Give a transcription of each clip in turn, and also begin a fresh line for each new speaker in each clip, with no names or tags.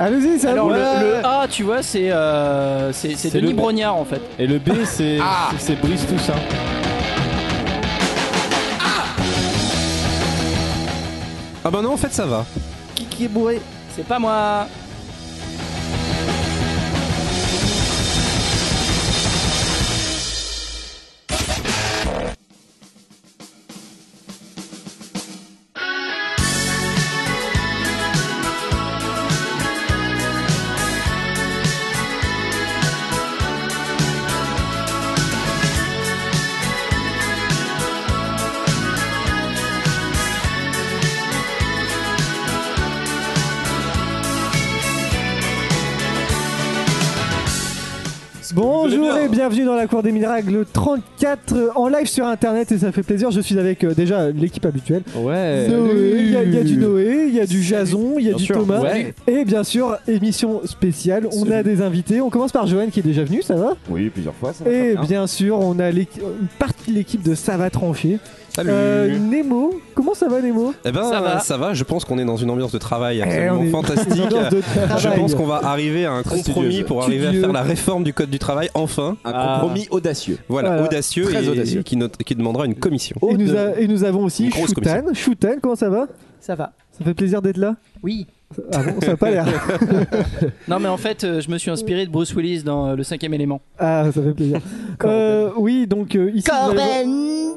Allez-y, ça
Alors
va.
Ah, le, le
Ouais.
A, tu vois, c'est euh, c'est c'est
C'est
Denis
le-
Brognard en fait.
Et le B, c'est
Ah.
c'est- c'est Brice Toussaint.
Ah bah non, en fait, ça va.
Qui, qui est bourré
C'est pas moi.
Bonjour et bienvenue dans la Cour des Miracles le 34 euh, en live sur internet et ça fait plaisir. Je suis avec euh, déjà l'équipe habituelle.
Eh.
Ouais.
Noé, il y, a- il y a du Noé, il y a du Jason, il y a
Bien
du
sûr,
Thomas
ouais.
et bien sûr émission spéciale. On a des invités. On commence par Johan qui est déjà venu, ça va
Oui, plusieurs fois. Ça va
Et
très bien.
bien sûr on a l'équi- une partie de l'équipe de Ça va trancher.
Salut.
Euh, Nemo, comment ça va Nemo
eh ben,
ça
ça
va.
va. Je pense qu'on est dans une ambiance de travail
Eh,
absolument
on est-
fantastique.
Ambiance de
Je
travail.
pense qu'on va arriver à un compromis
Studieuse.
pour arriver à
Studieux.
faire la réforme du code du travail enfin.
Un
Ah.
compromis audacieux.
Voilà,
Voilà.
audacieux,
Très
et,
audacieux.
et qui, note- qui demandera une commission.
Et nous, a- et nous avons aussi
Une grosse
Shoutan. Shoutan, comment ça va
Ça va.
Ça fait plaisir d'être là
Oui.
Ah bon, ça a pas l'air.
Non mais en fait, euh, je me suis inspiré de Bruce Willis dans euh, Le Cinquième Élément.
Ah, ça fait plaisir. Euh, oui, donc euh, ici. vous allez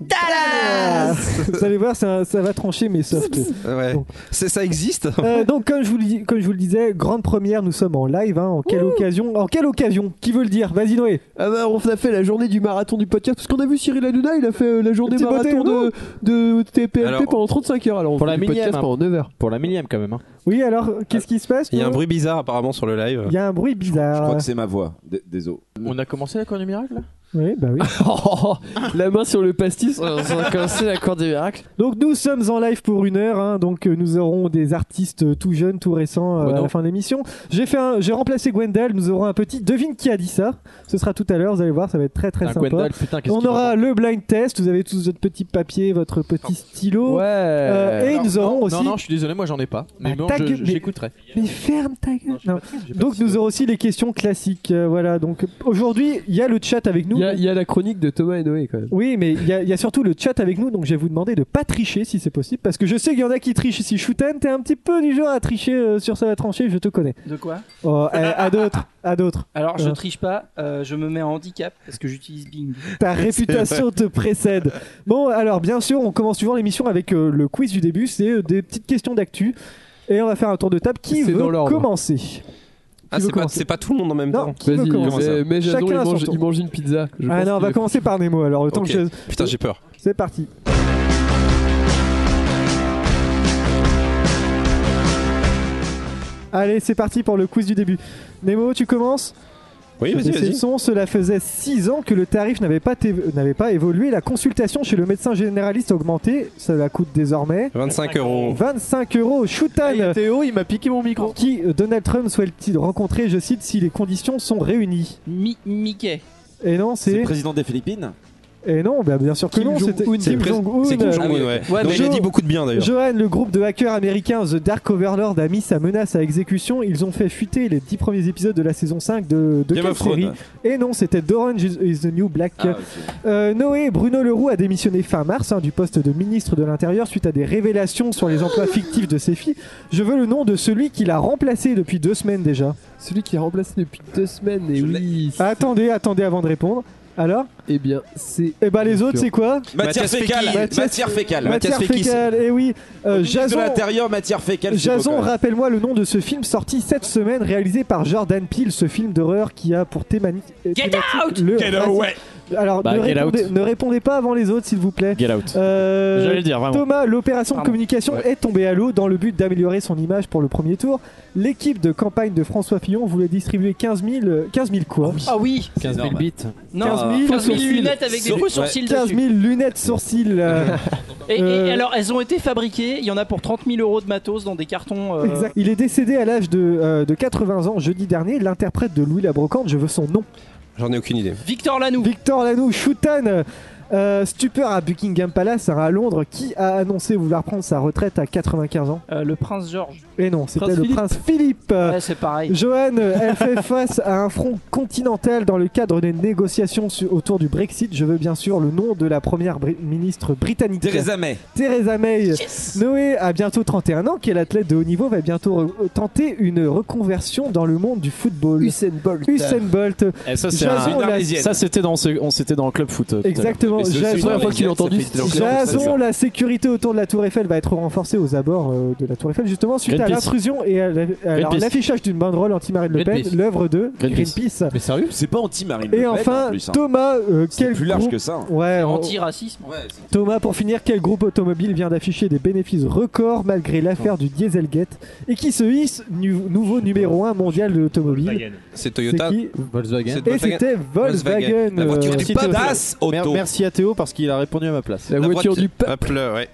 voir- Vous allez voir, ça, ça va trancher, mais soft.
Ouais.
Bon.
C'est- Ça existe
Euh, donc, comme je, vous le, dis- comme je vous le disais, grande première, nous sommes en live. hein, en quelle occasion En quelle occasion Qui veut le dire Vas-y, Noé.
Ah bah, on a fait la journée du marathon du podcast parce qu'on a vu Cyril Hanouna, il a fait euh, la journée
Petit
marathon
botté,
de, de TPMP
Alors-
pendant 35 heures. Alors on
Pour
fait
la
du podcast
millième, hein.
pendant 9 heures.
Pour la millième quand même. hein.
Oui, alors, qu'est-ce qui se passe
Il y a un
Noé
bruit bizarre apparemment sur le live.
Il y a un bruit
Je crois
bizarre.
que c'est ma voix. D- Désolé.
On a commencé la Cour du Miracle là
Oui, bah oui.
hein.
la main sur le pastis.
On a commencé la Cour des Miracles
Donc, nous sommes en live pour une heure. hein, donc, euh, nous aurons des artistes euh, tout jeunes, tout récents euh,
Bah
à
non.
la fin de l'émission. J'ai fait un- j'ai remplacé Gwendal. Nous aurons un petit devine qui a dit ça. Ce sera tout à l'heure. Vous allez voir, ça va être très très
Ah,
Un
sympa.
Gwendal, putain, qu'est-ce
On
qu'il
aura le blind test, vous avez tous votre petit papier, votre petit stylo.
Ouais
Euh, et nous aurons
non,
aussi-
Non, non, je suis désolé, moi j'en ai pas. Mais
Ah,
bon,
ta
je-
gueule,
je-
mais-
j'écouterai.
Mais ferme ta gueule. Non.
J'ai pas
Donc
de-
nous aurons aussi les questions classiques. euh, voilà, donc aujourd'hui, il y a le chat avec nous.
Il y, a- il y a la chronique de Thomas et Noé quand même.
Oui, mais il y, a- il y a surtout le chat avec nous, donc je vais vous demander de pas tricher si c'est possible, parce que je sais qu'il y en a qui trichent ici. Shooten, t'es un petit peu du genre à tricher euh, sur ça va trancher, je te connais.
De quoi
Oh, eh, à d'autres, à d'autres.
Alors je
Euh.
triche pas, euh, je me mets en handicap parce que j'utilise Bing.
Ta réputation te précède. Bon, alors bien sûr, on commence toujours l'émission avec euh, le quiz du début, c'est euh, des petites questions d'actu. Et on va faire un tour de table. Qui
C'est
veut
dans l'ordre.
commencer
Ah, c'est
veut
pas,
commencer
c'est pas tout le monde en même
Non,
temps.
qui veut
Vas-y,
commencer
mais, mais Jason,
Chacun
il
a son
mange,
tour.
il mange une pizza. Je
Ah
pense
non, on
qu'il
va
est-
commencer par Nemo alors, autant
Ok.
que je...
Putain, j'ai peur.
C'est parti. Allez, c'est parti pour le quiz du début. Nemo, tu commences
Oui, vas-y,
Les
vas-y.
Simpsons, cela faisait 6 ans que le tarif n'avait pas, té- n'avait pas évolué. La consultation chez le médecin généraliste a augmenté. Cela coûte désormais
25 euros.
25 euros. Shootan
Hey, Théo, il m'a piqué mon micro.
qui euh, Donald Trump souhaite-t-il rencontrer, je cite, si les conditions sont réunies
Mi Mickey.
Et non,
C'est le
c'est.
président des Philippines
Et non, bah, bien sûr que
Kim
non, c'était
Jong-un.
Kim
pré-
Jong-un. Ah
C'est Kim Jong-un, ouais.
Ouais,
Donc
mais-
il a dit beaucoup de bien d'ailleurs.
Johan, le groupe de hackers américain The Dark Overlord a mis sa menace à exécution. Ils ont fait fuiter les 10 premiers épisodes de la saison 5 de, de
Game
quelle
of Thrones.
série Et non, c'était Orange is is the New Black.
Ah, ok.
Euh, Noé, Bruno Leroux a démissionné fin mars hein, du poste de ministre de l'Intérieur suite à des révélations sur les emplois fictifs de ses filles. Je veux le nom de celui qui l'a remplacé depuis deux semaines déjà.
Celui qui a remplacé depuis deux semaines, et
Je
oui.
ah,
c'est-
Attendez, attendez avant de répondre. Alors
Eh bien, c'est.
Eh ben les
Bien
autres,
sûr.
c'est quoi
Matière
Mathias
fécale.
Fekir.
Mathias-
Matière fécale.
Matière
Mathias Fekis.
fécale, eh oui. Euh,
Ministre
Jason,
de l'intérieur, matière fécale. s'il vous
Jason,
plaît.
rappelle-moi le nom de ce film sorti cette semaine, réalisé par Jordan Peele, ce film d'horreur qui a pour thémani- euh,
Get
thématique.
out
le
Get
racisme. Alors,
Bah,
ne,
get
répondez,
out.
ne répondez pas avant les autres, s'il vous plaît.
Get out.
Euh,
J'allais le dire vraiment.
Thomas, l'opération de
Pardon.
communication est tombée à l'eau dans le but d'améliorer son image pour le premier tour. L'équipe de campagne de François Fillon voulait distribuer 15 000, euh, 15 000 quoi
Ah oui.
15 000
énorme.
bits.
Non.
15 000
15 000
sourcils.
lunettes avec des
Sour-
faux sourcils
15
dessus.
000 lunettes sourcils. euh,
Et, et
Euh.
alors elles ont été fabriquées. Il y en a pour 30 000 euros de matos dans des cartons. euh,
exact. Il est décédé à l'âge de, euh, de 80 ans jeudi dernier. L'interprète de Louis Labrocante, je veux son nom.
J'en ai aucune idée.
Victor Lanoux.
Victor Lanoux, Shoutan. Euh, stupeur à Buckingham Palace, hein, à Londres, qui a annoncé vouloir prendre sa retraite à 95 ans.
Euh, le prince Georges.
Et non, c'était
Prince
le
Philippe.
prince Philippe.
Ouais, c'est pareil.
Johan, euh, elle fait face à un front continental dans le cadre des négociations su- autour du Brexit. Je veux bien sûr le nom de la première bri- ministre britannique.
Theresa May.
Theresa May. Noé a bientôt 31 ans, qui est l'athlète de haut niveau, va bientôt re- euh, tenter une reconversion dans le monde du football.
Usain Bolt.
Usain Bolt,
Et Eh, ça, c'est
Jason
un-
la-
ça, c'était dans, ce... on s'était dans le club foot. euh, tout à l'heure.
Exactement,
Mais c'est- c'est
Jason-
une première fois que tu l'as entendu.
Jason, la sécurité autour de la Tour Eiffel va être renforcée aux abords euh, de la Tour Eiffel, justement suite à
Greenpeace.
l'intrusion et à la- alors,
Greenpeace.
l'affichage d'une banderole anti-Marine Le Pen,
Greenpeace.
l'œuvre de
Greenpeace.
Greenpeace.
Mais sérieux
C'est pas anti-Marine.
Et
Le Pen,
enfin,
en plus, hein.
Thomas, euh,
C'est
quel
plus large
groupe-
que ça. hein.
Euh,
Ouais, on-
Anti-racisme.
Thomas, pour finir, quel groupe automobile vient d'afficher des bénéfices records malgré l'affaire du Dieselgate et qui se hisse nu- nouveau numéro 1 mondial de l'automobile
C'est
C'est
Toyota.
qui
Volkswagen.
C'est
Et
Volkswagen.
c'était Volkswagen.
La voiture
euh,
du
Merci Théo.
Badass
Mer-
auto.
Merci à Théo parce qu'il a répondu à ma place.
La
La
voiture du peuple.
Apple, ouais.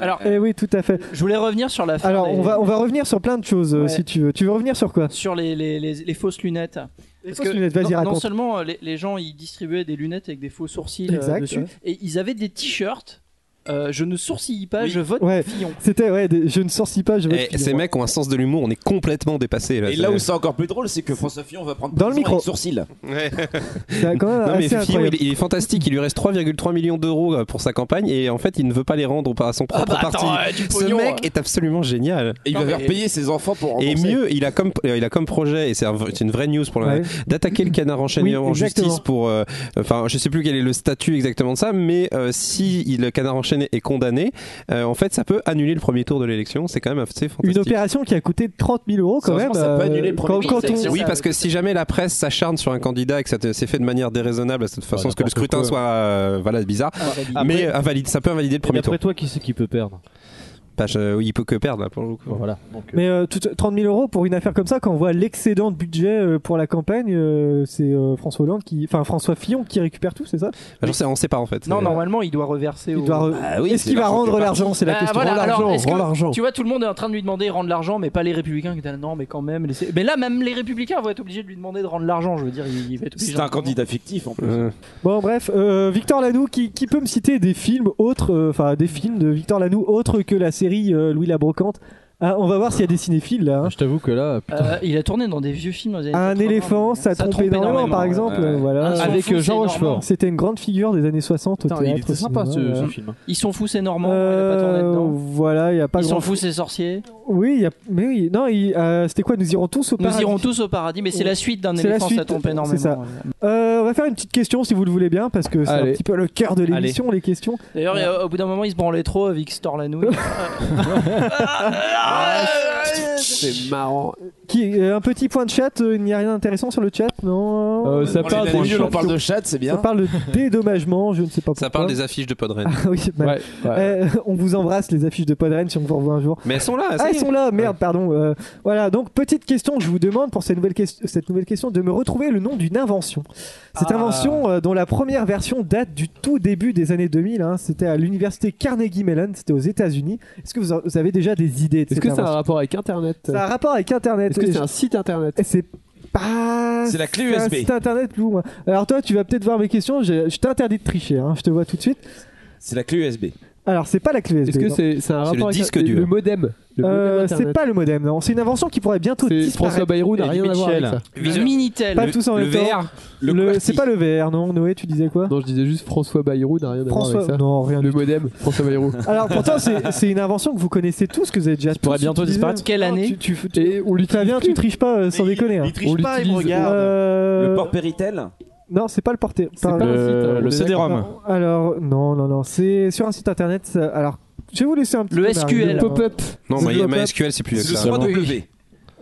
Alors,
Eh oui, tout à fait.
je voulais revenir sur la fin
Alors,
des-
on va, on va revenir sur plein de choses euh,
Ouais.
si tu veux. Tu veux revenir sur quoi
sur les, les, les, les fausses lunettes.
Les
Parce
fausses
que
lunettes, vas-y,
non- non,
raconte.
seulement euh, les, les gens ils distribuaient des lunettes avec des faux sourcils euh,
Exact,
dessus,
ouais.
et ils avaient des t-shirts. euh, je ne sourcille pas, je vote
Ouais.
Fillon.
C'était, ouais, des- je ne sortis pas, je vais.
Eh, ces mecs ont un sens de l'humour, on est complètement dépassés là.
Et là où c'est encore plus drôle, c'est que François Fillon va prendre
Dans le
prison
micro.
avec sourcils.
Ouais.
ah, C'est quand même
Non mais
assez
Fillon,
incroyable.
il, il est fantastique, il lui reste 3,3 millions d'euros euh, pour sa campagne et en fait il ne veut pas les rendre à son propre parti.
Ah,
Ce mec est absolument génial.
Et il
Non,
va
mais-
faire payer ses enfants pour
Et
rembourser.
mieux, il a comme, euh, il a comme projet, et c'est un v- c'est une vraie news pour la,
Ouais.
d'attaquer le canard
Oui,
enchaîné en
exactement.
justice pour. euh, Enfin, je sais plus quel est le statut exactement de ça, mais euh, si il- le canard enchaîné est condamné, euh, en fait, ça peut annuler le premier tour de l'élection. C'est quand même assez
Une
fantastique.
opération qui a coûté 30 000 euros quand même.
Sérieusement, ça peut
euh,
annuler le
quand,
premier
quand
tour.
on-
C'est
oui,
ça,
parce
oui.
que si jamais la presse s'acharne sur un candidat et que ça te- c'est fait de manière déraisonnable, de toute
Ah,
façon, que le
n'importe
scrutin
quoi.
soit euh, voilà, bizarre,
Invalide.
Ah,
Après-
euh,
mais euh, invalide, ça peut invalider le premier tour.
D'après toi, qui c'est qui peut perdre
Bah, je- oui, il peut que perdre là, pour le coup.
Voilà. Donc, euh,
Mais euh, tout- 30 000 euros pour une affaire comme ça, quand on voit l'excédent de budget euh, pour la campagne, euh, c'est euh, François Hollande qui, enfin François Fillon qui récupère tout, c'est ça euh,
Bah, j'en sais- on sait pas en fait.
Non,
C'est-
normalement, il doit reverser.
Il
au-
doit. re-
Ah oui,
Est-ce
c'est
qu'il va
l'argent qui
rendre
est
l'argent C'est la
Euh,
Bah,
question.
voilà,
Rends
alors,
l'argent,
est-ce
rends
que-
l'argent.
Tu vois, tout le monde est en train de lui demander de rendre l'argent, mais pas les républicains qui étaient là, non, mais quand même. laissez- Mais là, même les républicains vont être obligés de lui demander de rendre l'argent. Je veux dire, il, il va être obligé.
C'est un candidat fictif en plus.
Euh,
Bon, bref, euh, Victor Lanoux, qui, qui peut me citer des films autres, euh, enfin des films de Victor Lanoux autres que la série euh, Louis la Brocante Ah, On va voir s'il y a des cinéphiles là. hein.
Ah, Je t'avoue que là, putain.
Euh, il a tourné dans des vieux films. dans les années
Un
80,
éléphant,
mais
ça
hein. trompe
trompe énormément,
énormément,
par
ouais.
exemple.
ouais.
euh,
Un
Voilà.
son
Avec,
fou,
euh,
c'est
Jean
énorme.
Rochefort.
C'était une grande figure des années 60 au
Putain,
théâtre.
il était
au
sympa ce,
cinéma,
ce
euh.
film. hein.
Ils sont fous, c'est normand. il a pas tourné
Euh,
dedans.
voilà, il y a pas
Ils
grand
s'en fout, c'est sorcier.
Oui, il y a... mais oui, non, il- euh, c'était quoi Nous irons tous au
Nous
paradis.
irons tous au paradis, mais c'est la suite d'un
C'est la
éléphant, ça
suite,
trompe
c'est
énormément.
ça. Euh, on va faire une petite question si vous le voulez bien, parce que c'est un
Allez.
petit peu le cœur de l'émission, les questions.
D'ailleurs, euh, au bout d'un moment, il se branlait trop avec Store la nouille.
C'est marrant.
Qui, euh, un petit point de chat, euh, il n'y a rien d'intéressant sur le chat, non
Euh, ça
On
parle
est mieux,
des
on parle de chat, c'est
Ça
bien.
parle de dédommagement, je ne sais pas pourquoi.
Ça parle des affiches de Podren.
Ah oui, bah,
Ouais, ouais.
euh, on vous embrasse les affiches de Podren si on vous revoit un jour.
Mais elles sont là, ça
Ah,
y
ils
est.
sont là, merde, pardon. euh, voilà, donc petite question que je vous demande pour cette nouvelle, ques- cette nouvelle question de me retrouver le nom d'une invention. Cette
Ah.
invention euh, dont la première version date du tout début des années 2000, hein, c'était à l'université Carnegie Mellon, c'était aux États-Unis. Est-ce que vous, a- vous avez déjà des idées de
Est-ce
cette
que ça a un
invention
rapport avec Internet
Ça a un rapport avec Internet.
Est-ce que
Et
c'est un site Internet
je- et C'est pas.
C'est la clé
c'est un
USB.
site internet plus ou moins. Alors toi, tu vas peut-être voir mes questions. Je, je t'interdis de tricher. hein, je te vois tout de suite.
C'est la clé USB.
Alors c'est pas la clé USB.
Est-ce que
non.
c'est c'est un
C'est le
rapport avec
disque
le
dur.
le modem Le
Euh,
modem
c'est
Internet.
pas le modem. Non, c'est une invention qui pourrait bientôt
C'est- François
disparaître.
Bayrou n'a
Et
rien à voir avec
Mitchell.
ça.
Le Minitel.
Pas tous en
le
même temps.
VR.
Le
Le-
QWERTY.
c'est pas le VR, non Noé, tu disais quoi
Non, je disais juste François Bayrou n'a rien à voir
François.
avec ça.
Non, rien
Le
du tout.
modem, François Bayrou.
Alors pourtant, c'est c'est une invention que vous connaissez tous, que vous avez déjà.
pourrait
tous
bientôt
utilisée.
disparaître.
Quelle
Non,
année
tu- tu- tu-
Et on l'utilise
Flavien, tu
plus.
triches pas euh, sans
Mais il-
déconner. hein.
Il
On
triche pas, il me
l'utilise,
regarde.
Euh,
Le port Péritel
Non, c'est pas le porté.
C'est pas un site, hein,
le,
on est
CD-ROM.
Non, Alors non, non, non, c'est sur un site internet. ça- Alors, je vais vous laisser un petit.
Le
peu hein.
SQL.
d'arriver, là.
d'accord. Pop-up.
Non,
C'est
mais
le
MySQL, c'est plus
C'est le
ça. hein.
3W.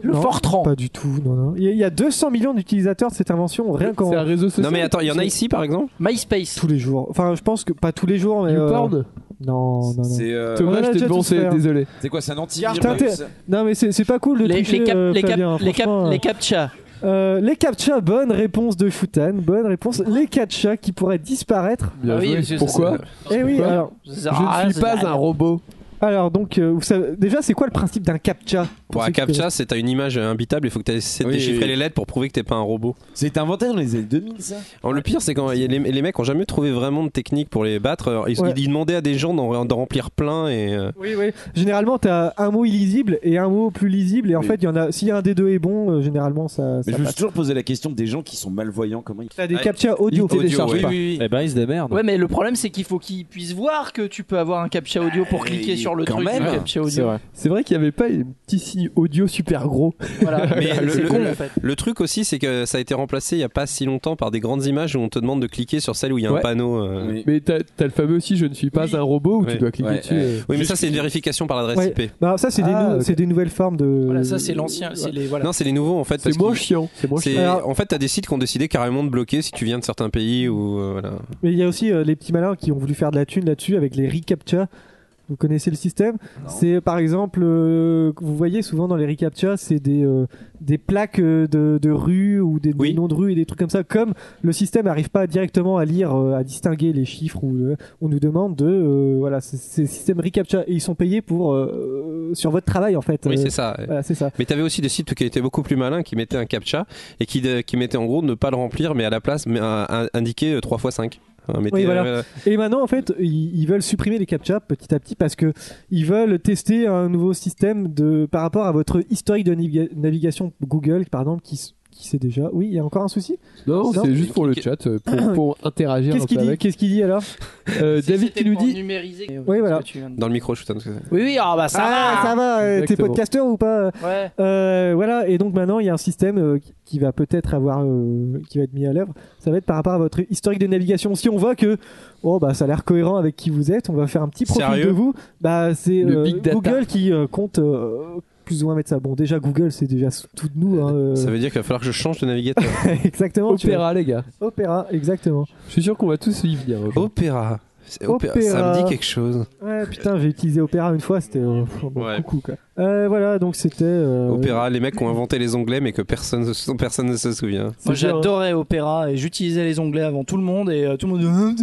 Le
Non,
Fortran.
Pas du tout. Non, non. Il y a- il y a 200 millions d'utilisateurs de cette invention rien qu'en
C'est un réseau social.
Non, mais attends, il y en a ici par exemple
MySpace.
tous les jours. Enfin, je pense que pas tous les jours, mais. euh,
YouPorn
Oh, Non, non, non.
C'est euh,
on a
Thomas, je
déjà
t'ai
tous fait,
devancé,
hein.
désolé.
c'est quoi, c'est un anti
Putain, t'es- Non, mais c'est c'est pas cool de
Les,
tricher,
les, cap-
euh,
les, cap-
Flavien,
les, cap-
franchement, euh.
les captcha.
Euh, les captcha, bonne réponse de Futan, bonne réponse. Les captcha qui pourraient disparaître.
Bien
Ah oui,
joué.
monsieur, ça,
Pourquoi
Eh oui,
Ah,
Pourquoi
alors,
Je ne suis pas un robot.
Alors, donc, euh, vous savez- déjà, c'est quoi le principe d'un CAPTCHA
Pour un
ceux qui
captcha, c'est t'as une image euh, imbitable, il faut que tu essaies de
Oui,
déchiffrer
oui.
les lettres pour prouver que t'es pas un robot.
C'est inventé dans les années 2000, ça
Alors, le pire, c'est quand y a les, les mecs ont jamais trouvé vraiment de technique pour les battre. Alors, Ils,
Ouais.
ils demandaient à des gens d'en d'en remplir plein et. euh,
Oui, oui. Généralement, t'as un mot illisible et un mot plus lisible. Et en
Oui.
fait, il y en a. Si un des deux est bon, euh, généralement, ça. ça
Mais je me
passe.
suis toujours posé la question des gens qui sont malvoyants, comment ils.
T'as des
Ah,
captcha audio.
ils téléchargent
Oui,
pas.
oui.
Eh ben, ils se démerdent.
Ouais, mais le problème, c'est qu'il faut qu'ils puissent voir que tu peux avoir un captcha audio pour cliquer sur le
quand
truc
même.
du captcha
c'est
audio.
vrai.
C'est vrai qu'il n'y avait pas les petits signes audio super gros.
Voilà.
Mais le-
c'est
le-
con
le-
en fait.
Le truc aussi, c'est que ça a été remplacé il y a pas si longtemps par des grandes images où on te demande de cliquer sur celle où il y a un
Ouais.
panneau. euh. Oui.
Oui.
Mais t'as t'as le fameux aussi, je ne suis pas un robot où
Ouais.
tu dois cliquer
Ouais,
dessus.
ouais.
euh.
mais ça, c'est une vérification par l'adresse
Ouais.
IP.
Bah, ça, c'est des,
Ah,
nou-
ok.
c'est des nouvelles formes de.
Voilà, ça c'est l'ancien. C'est les voilà.
Non, c'est les nouveaux en fait. parce
C'est moins
qu'ils-
chiant. C'est moins
c'est-
chiant.
Alors-
En fait, t'as des sites qui ont décidé carrément de bloquer si tu viens de certains pays ou euh, voilà.
Mais il y a aussi euh, les petits malins qui ont voulu faire de la thune là-dessus avec les recaptcha. Vous connaissez le système
Non.
C'est par exemple, euh, vous voyez souvent dans les recaptcha, c'est des, euh, des plaques euh, de, de rues ou des, des
Oui.
noms de rues et des trucs comme ça. Comme le système n'arrive pas directement à lire, euh, à distinguer les chiffres, ou, euh, on nous demande de. euh, voilà, c'est c'est le système recaptcha et ils sont payés pour euh, euh, sur votre travail en fait.
Oui,
Euh,
c'est ça.
voilà, c'est ça.
Mais t'avais aussi des sites qui étaient beaucoup plus malins, qui mettaient un captcha et qui, de- qui mettaient en gros ne pas le remplir, mais à la place mais, euh, un- un- indiquer 3 x 5.
Oui, voilà.
euh,
Et maintenant, en fait, ils, ils veulent supprimer les captcha petit à petit parce que ils veulent tester un nouveau système de par rapport à votre historique de naviga- navigation Google, par exemple, qui, s- qui sait déjà. Oui, il y a encore un souci.
Non,
Non.
c'est juste pour le
Qu'est-
chat, euh, pour, pour interagir un
Qu'est-ce
peu
qu'il dit
avec.
Qu'est-ce qu'il dit alors
Euh, David qui nous dit
Oui, voilà.
Dans le micro, je te donne ce que c'est.
Oui, oui, ah bah ça
Ah, ça va. euh, T'es
Exactement.
podcasteur ou pas
va. Ouais.
Euh, Voilà. Et donc maintenant, il y a un système euh, qui- qui va peut-être avoir, euh, qui va être mis à l'œuvre. Ça va être par rapport à votre historique de navigation. Si on voit que, oh bah, ça a l'air cohérent avec qui vous êtes, on va faire un petit profil
Sérieux
de vous. Bah, c'est
Le
euh,
big data.
Google qui euh, compte. euh, plus ou moins mettre ça. Bon, déjà Google, c'est déjà s- tout de nous. hein, euh,
Ça veut dire qu'il va falloir que je change de navigateur.
exactement. tu
Opéra, les gars.
vois. Opéra, exactement.
Je suis sûr qu'on va tous y venir. aujourd'hui.
Opéra. C'est opéra.
Opéra. Ah
Ça me dit quelque chose.
Ouais, putain, j'ai utilisé Opéra une fois, c'était euh, pff, bon,
Ouais.
coucou, quoi. Euh, voilà, donc c'était. euh,
Opéra, les mecs qui ont inventé les onglets, mais que personne, ne- personne ne se souvient.
c'est
Moi
bien, hein.
j'adorais Opéra et j'utilisais les onglets avant tout le monde et euh, tout le monde.
Ouais,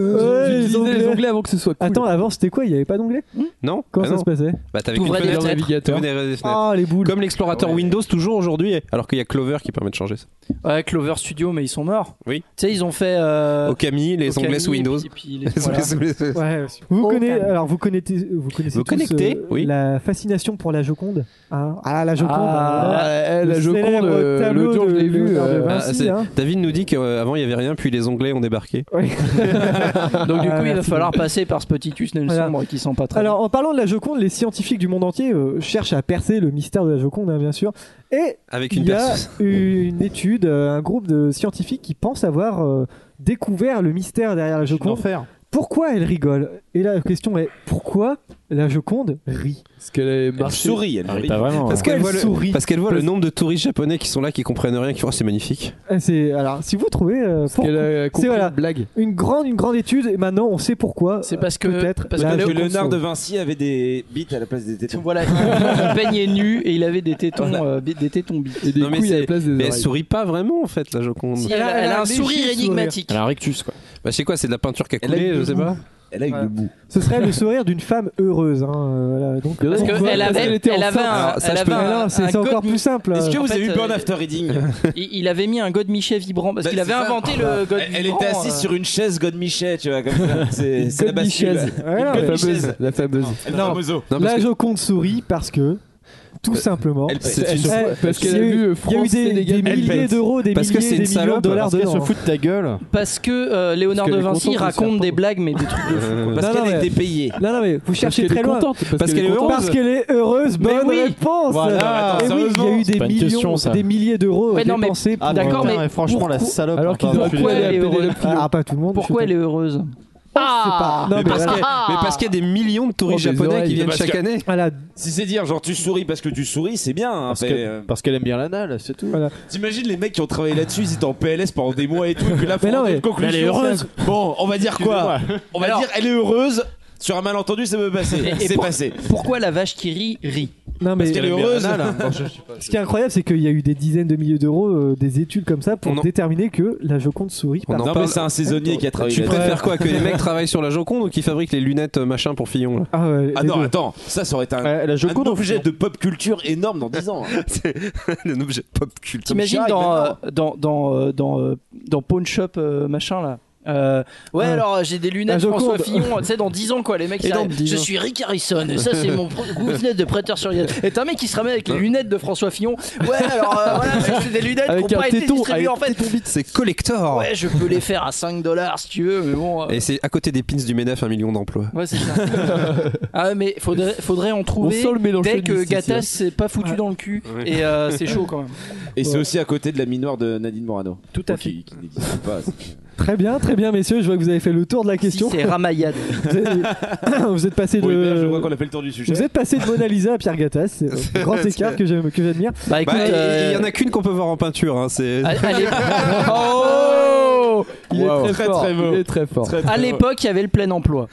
Euh, les
J'utilisais
onglets.
les onglets avant que ce soit cool.
Attends, avant c'était quoi Il n'y avait pas d'onglet
Non
Comment
Ah
ça
non.
se passait
Bah, t'avais qu'une
T'ouvrais des
fenêtre.
le
fenêtres.
navigateur.
T'ouvrais des- des fenêtres.
Ah, les boules.
Comme l'explorateur
Ouais.
Windows, toujours aujourd'hui, alors qu'il y a Clover qui permet de changer ça.
Ouais, Clover Studio, mais ils sont morts.
Oui.
Tu sais, ils ont fait. euh,
Okami, les
Okami,
onglets sous Windows.
et puis- et puis les- voilà.
Les onglets sous les-
Ouais, vous,
Oh,
connaissez,
calme.
alors vous connaissez, vous connaissez
Vous
tous, euh,
connectez, oui.
la fascination pour la Joconde. hein. ah, la Joconde.
Ah,
hein.
Ah, eh, la
Le
Joconde,
célèbre
euh,
tableau
l'autre jour,
de
je l'ai vu.
Léonard de
euh,
Ah,
Vinci,
c'est-
hein.
David nous dit qu'avant il y avait rien, puis les onglets ont débarqué.
Ouais.
Donc, du
Ah,
coup, il va
merci.
falloir passer par ce petit tunnel
Voilà.
sombre qui sent pas très.
Alors, en parlant de la Joconde, les scientifiques du monde entier euh, cherchent à percer le mystère de la Joconde, hein, bien sûr. Et
Avec une
il y a
perceuse.
une étude, euh, un groupe de scientifiques qui pensent avoir euh, découvert le mystère derrière la Joconde.
L'enfer.
Pourquoi elle rigole Et là, la question est pourquoi la Joconde rit
Parce qu'elle est
Elle
marchée.
sourit, elle rit.
Pas vraiment.
hein.
Parce
Parce qu'elle
qu'elle
voit,
sourit.
le... parce qu'elle voit le
Parce-
nombre de touristes japonais qui sont là, qui comprennent rien, qui font Oh, c'est magnifique.
Ah, C'est alors si vous trouvez euh, pourquoi-
Qu'elle a compris
voilà.
une blague.
une grande une grande étude et maintenant on sait pourquoi. euh,
C'est parce que-
peut-être
parce
la
que
Parce que
Joconde
Léonard Ah, de
sourit.
Vinci avait des bites à la place des tétons.
Voilà, il baignait nu et il avait des tétons, euh, bi- des tétons bis.
Et des
Non, mais
couilles à la
c'est-
place des
Mais elle
oreilles.
sourit pas vraiment en fait, la Joconde.
Ah,
elle, a, elle a un
léger
sourire
sourire.
énigmatique.
Elle a un rictus, quoi.
Bah, c'est quoi C'est de la peinture qui a
Elle a
coulé,
une
je sais pas.
Elle a eu
Ouais.
le bout.
Ce serait le sourire d'une femme heureuse. hein, euh, voilà. Donc
Parce
Parce
pourquoi-
qu'elle
parce qu'elle
avait,
était
elle avait
enceinte.
un.
Alors, ça,
elle
je
avait
peux-
un-
Alors,
un
Ah, c'est c'est encore
God-
plus simple.
Est-ce que
en
vous avez
fait,
eu Burn
euh,
After Reading
il, il avait mis un God Michet vibrant parce
Bah,
qu'il avait
c'est ça.
inventé le God
Elle, elle
vibrant.
était assise
euh.
sur une chaise God Michet, tu vois, comme ça. C'est c'est la
Une
bascule.
chaise.
Ouais, non,
La
Une
mais-
fameuse. La fameuse.
Elle
Non.
fameuse eau.
Non, parce
La
que-
Joconde sourit parce que tout
Elle-
simplement.
Elle-
C'est
elle-
une-
Eh,
Parce
il y
qu'elle a
eu-
vu
il y a eu
France
des, des
Sénégal.
milliers
pète.
d'euros, des
Parce que
milliers,
c'est une
des millions de
salope,
dollars
Parce qu'elle se
dedans.
fout de ta gueule.
Parce que euh, Léonard
Parce
de
qu'elle est
Vinci
contente de se faire
raconte des
prendre.
blagues, mais des trucs de fou.
Euh,
Parce
Non, non,
qu'elle
mais-
était payée.
Non, non, mais vous cherchez très loin.
Parce qu'elle est
heureuse.
contente.
Parce qu'elle est heureuse,
Mais
bonne
oui.
réponse. Et
Voilà. Attends,
oui, il y a eu
C'est
des
pas une question,
millions,
ça.
des milliers d'euros
Ouais, non, mais-
dépensés. pour- euh,
Ah, d'accord,
putain,
mais
franchement,
pourquoi-
la salope.
hein,
Alors qu'ils
bah,
attends,
auraient
tu
pu
l'as-
elle
aller à
est heureuse
Pénélope Fillon.
Ah, pas tout le monde.
Pourquoi elle est heureuse
Ah, non,
mais,
mais
parce
voilà.
qu'il y a- mais parce qu'il y a des millions de touristes
Oh, des
japonais
oreilles.
qui viennent
Parce
chaque
que-
année.
Voilà.
Si c'est dire, genre, tu souris parce que tu souris, c'est bien. hein,
Parce
mais,
que-
euh,
Parce qu'elle aime bien l'anal, c'est tout.
T'imagines les mecs qui ont travaillé là-dessus, ils étaient en PLS pendant des mois et tout, et puis là,
Mais
pour
non,
une
mais-
conclusion.
Mais elle est heureuse.
Bon, on va dire quoi On va
Alors-
dire, elle est heureuse. Sur un malentendu, ça peut passer.
Et- et
C'est
pour-
passé.
Pourquoi la vache qui rit rit
Non, mais hein.
Parce qu'elle est heureuse.
ce qui est incroyable, c'est qu'il y a eu des dizaines de milliers d'euros, euh, des études comme ça, pour
On en-
déterminer que la Joconde sourit.
On
par-
en
Non, mais
parle.
c'est un saisonnier qui a travaillé
Tu
là-dessus.
préfères quoi Que les mecs travaillent sur la Joconde ou qu'ils fabriquent les lunettes euh, machin pour Fillon là
Ah, ouais,
Ah
les
non,
deux.
attends, ça, ça aurait été un,
Euh, la
un
Joconde, en
objet de pop culture énorme dans 10 ans.
C'est un objet pop culture.
T'imagines
Chirac,
dans,
maintenant.
euh, dans, dans, euh, dans, euh, dans Pawn Shop euh, machin là Euh, ouais,
Ouais.
alors j'ai des lunettes
La
François
Joconde.
Fillon, tu sais, dans 10 ans quoi, les mecs.
Et
ils
dans
arrivent,
10
je
ans.
suis Rick Harrison, et ça c'est mon pro- goût-lunette de prêteur sur Yann. Et t'as un mec qui se ramène avec les lunettes de François Fillon. Ouais, alors euh, voilà, mec, c'est des lunettes
Avec
qui ont
un
pas été
téton,
distribuées
avec
en fait.
C'est collector
Ouais, je peux les faire à 5 dollars si tu veux, mais bon. euh,
Et c'est à côté des pins du MEDEF un million d'emplois.
Ouais, c'est ça. ah, mais faudrait, faudrait en
On
trouver.
sent le mélange. hein.
Dès que
féministe ici,
Gattaz s'est pas foutu dans le cul
Ouais.
et euh, c'est chaud quand même.
Et c'est aussi à côté de la minoire de Nadine Morano.
Tout à
Qui, qui n'existe pas.
Très bien, très bien, messieurs. Je vois que vous avez fait le tour de la question.
Si c'est Ramayad.
Vous êtes- vous êtes passé
Bon, Hubert, je vois
de.
qu'on a fait le tour du sujet.
Vous êtes passé de Mona Lisa à Pierre Gattaz, c'est un grand écart que j'aime- que j'admire.
Bah écoute,
Bah, il
euh, Ah.
y en a qu'une qu'on peut voir en peinture. hein, c'est-
à- à l'é-
Oh Il est
Wow.
très,
Très,
fort.
très beau.
Il est très fort.
Très, très
à
heureux.
l'époque, il y avait le plein emploi.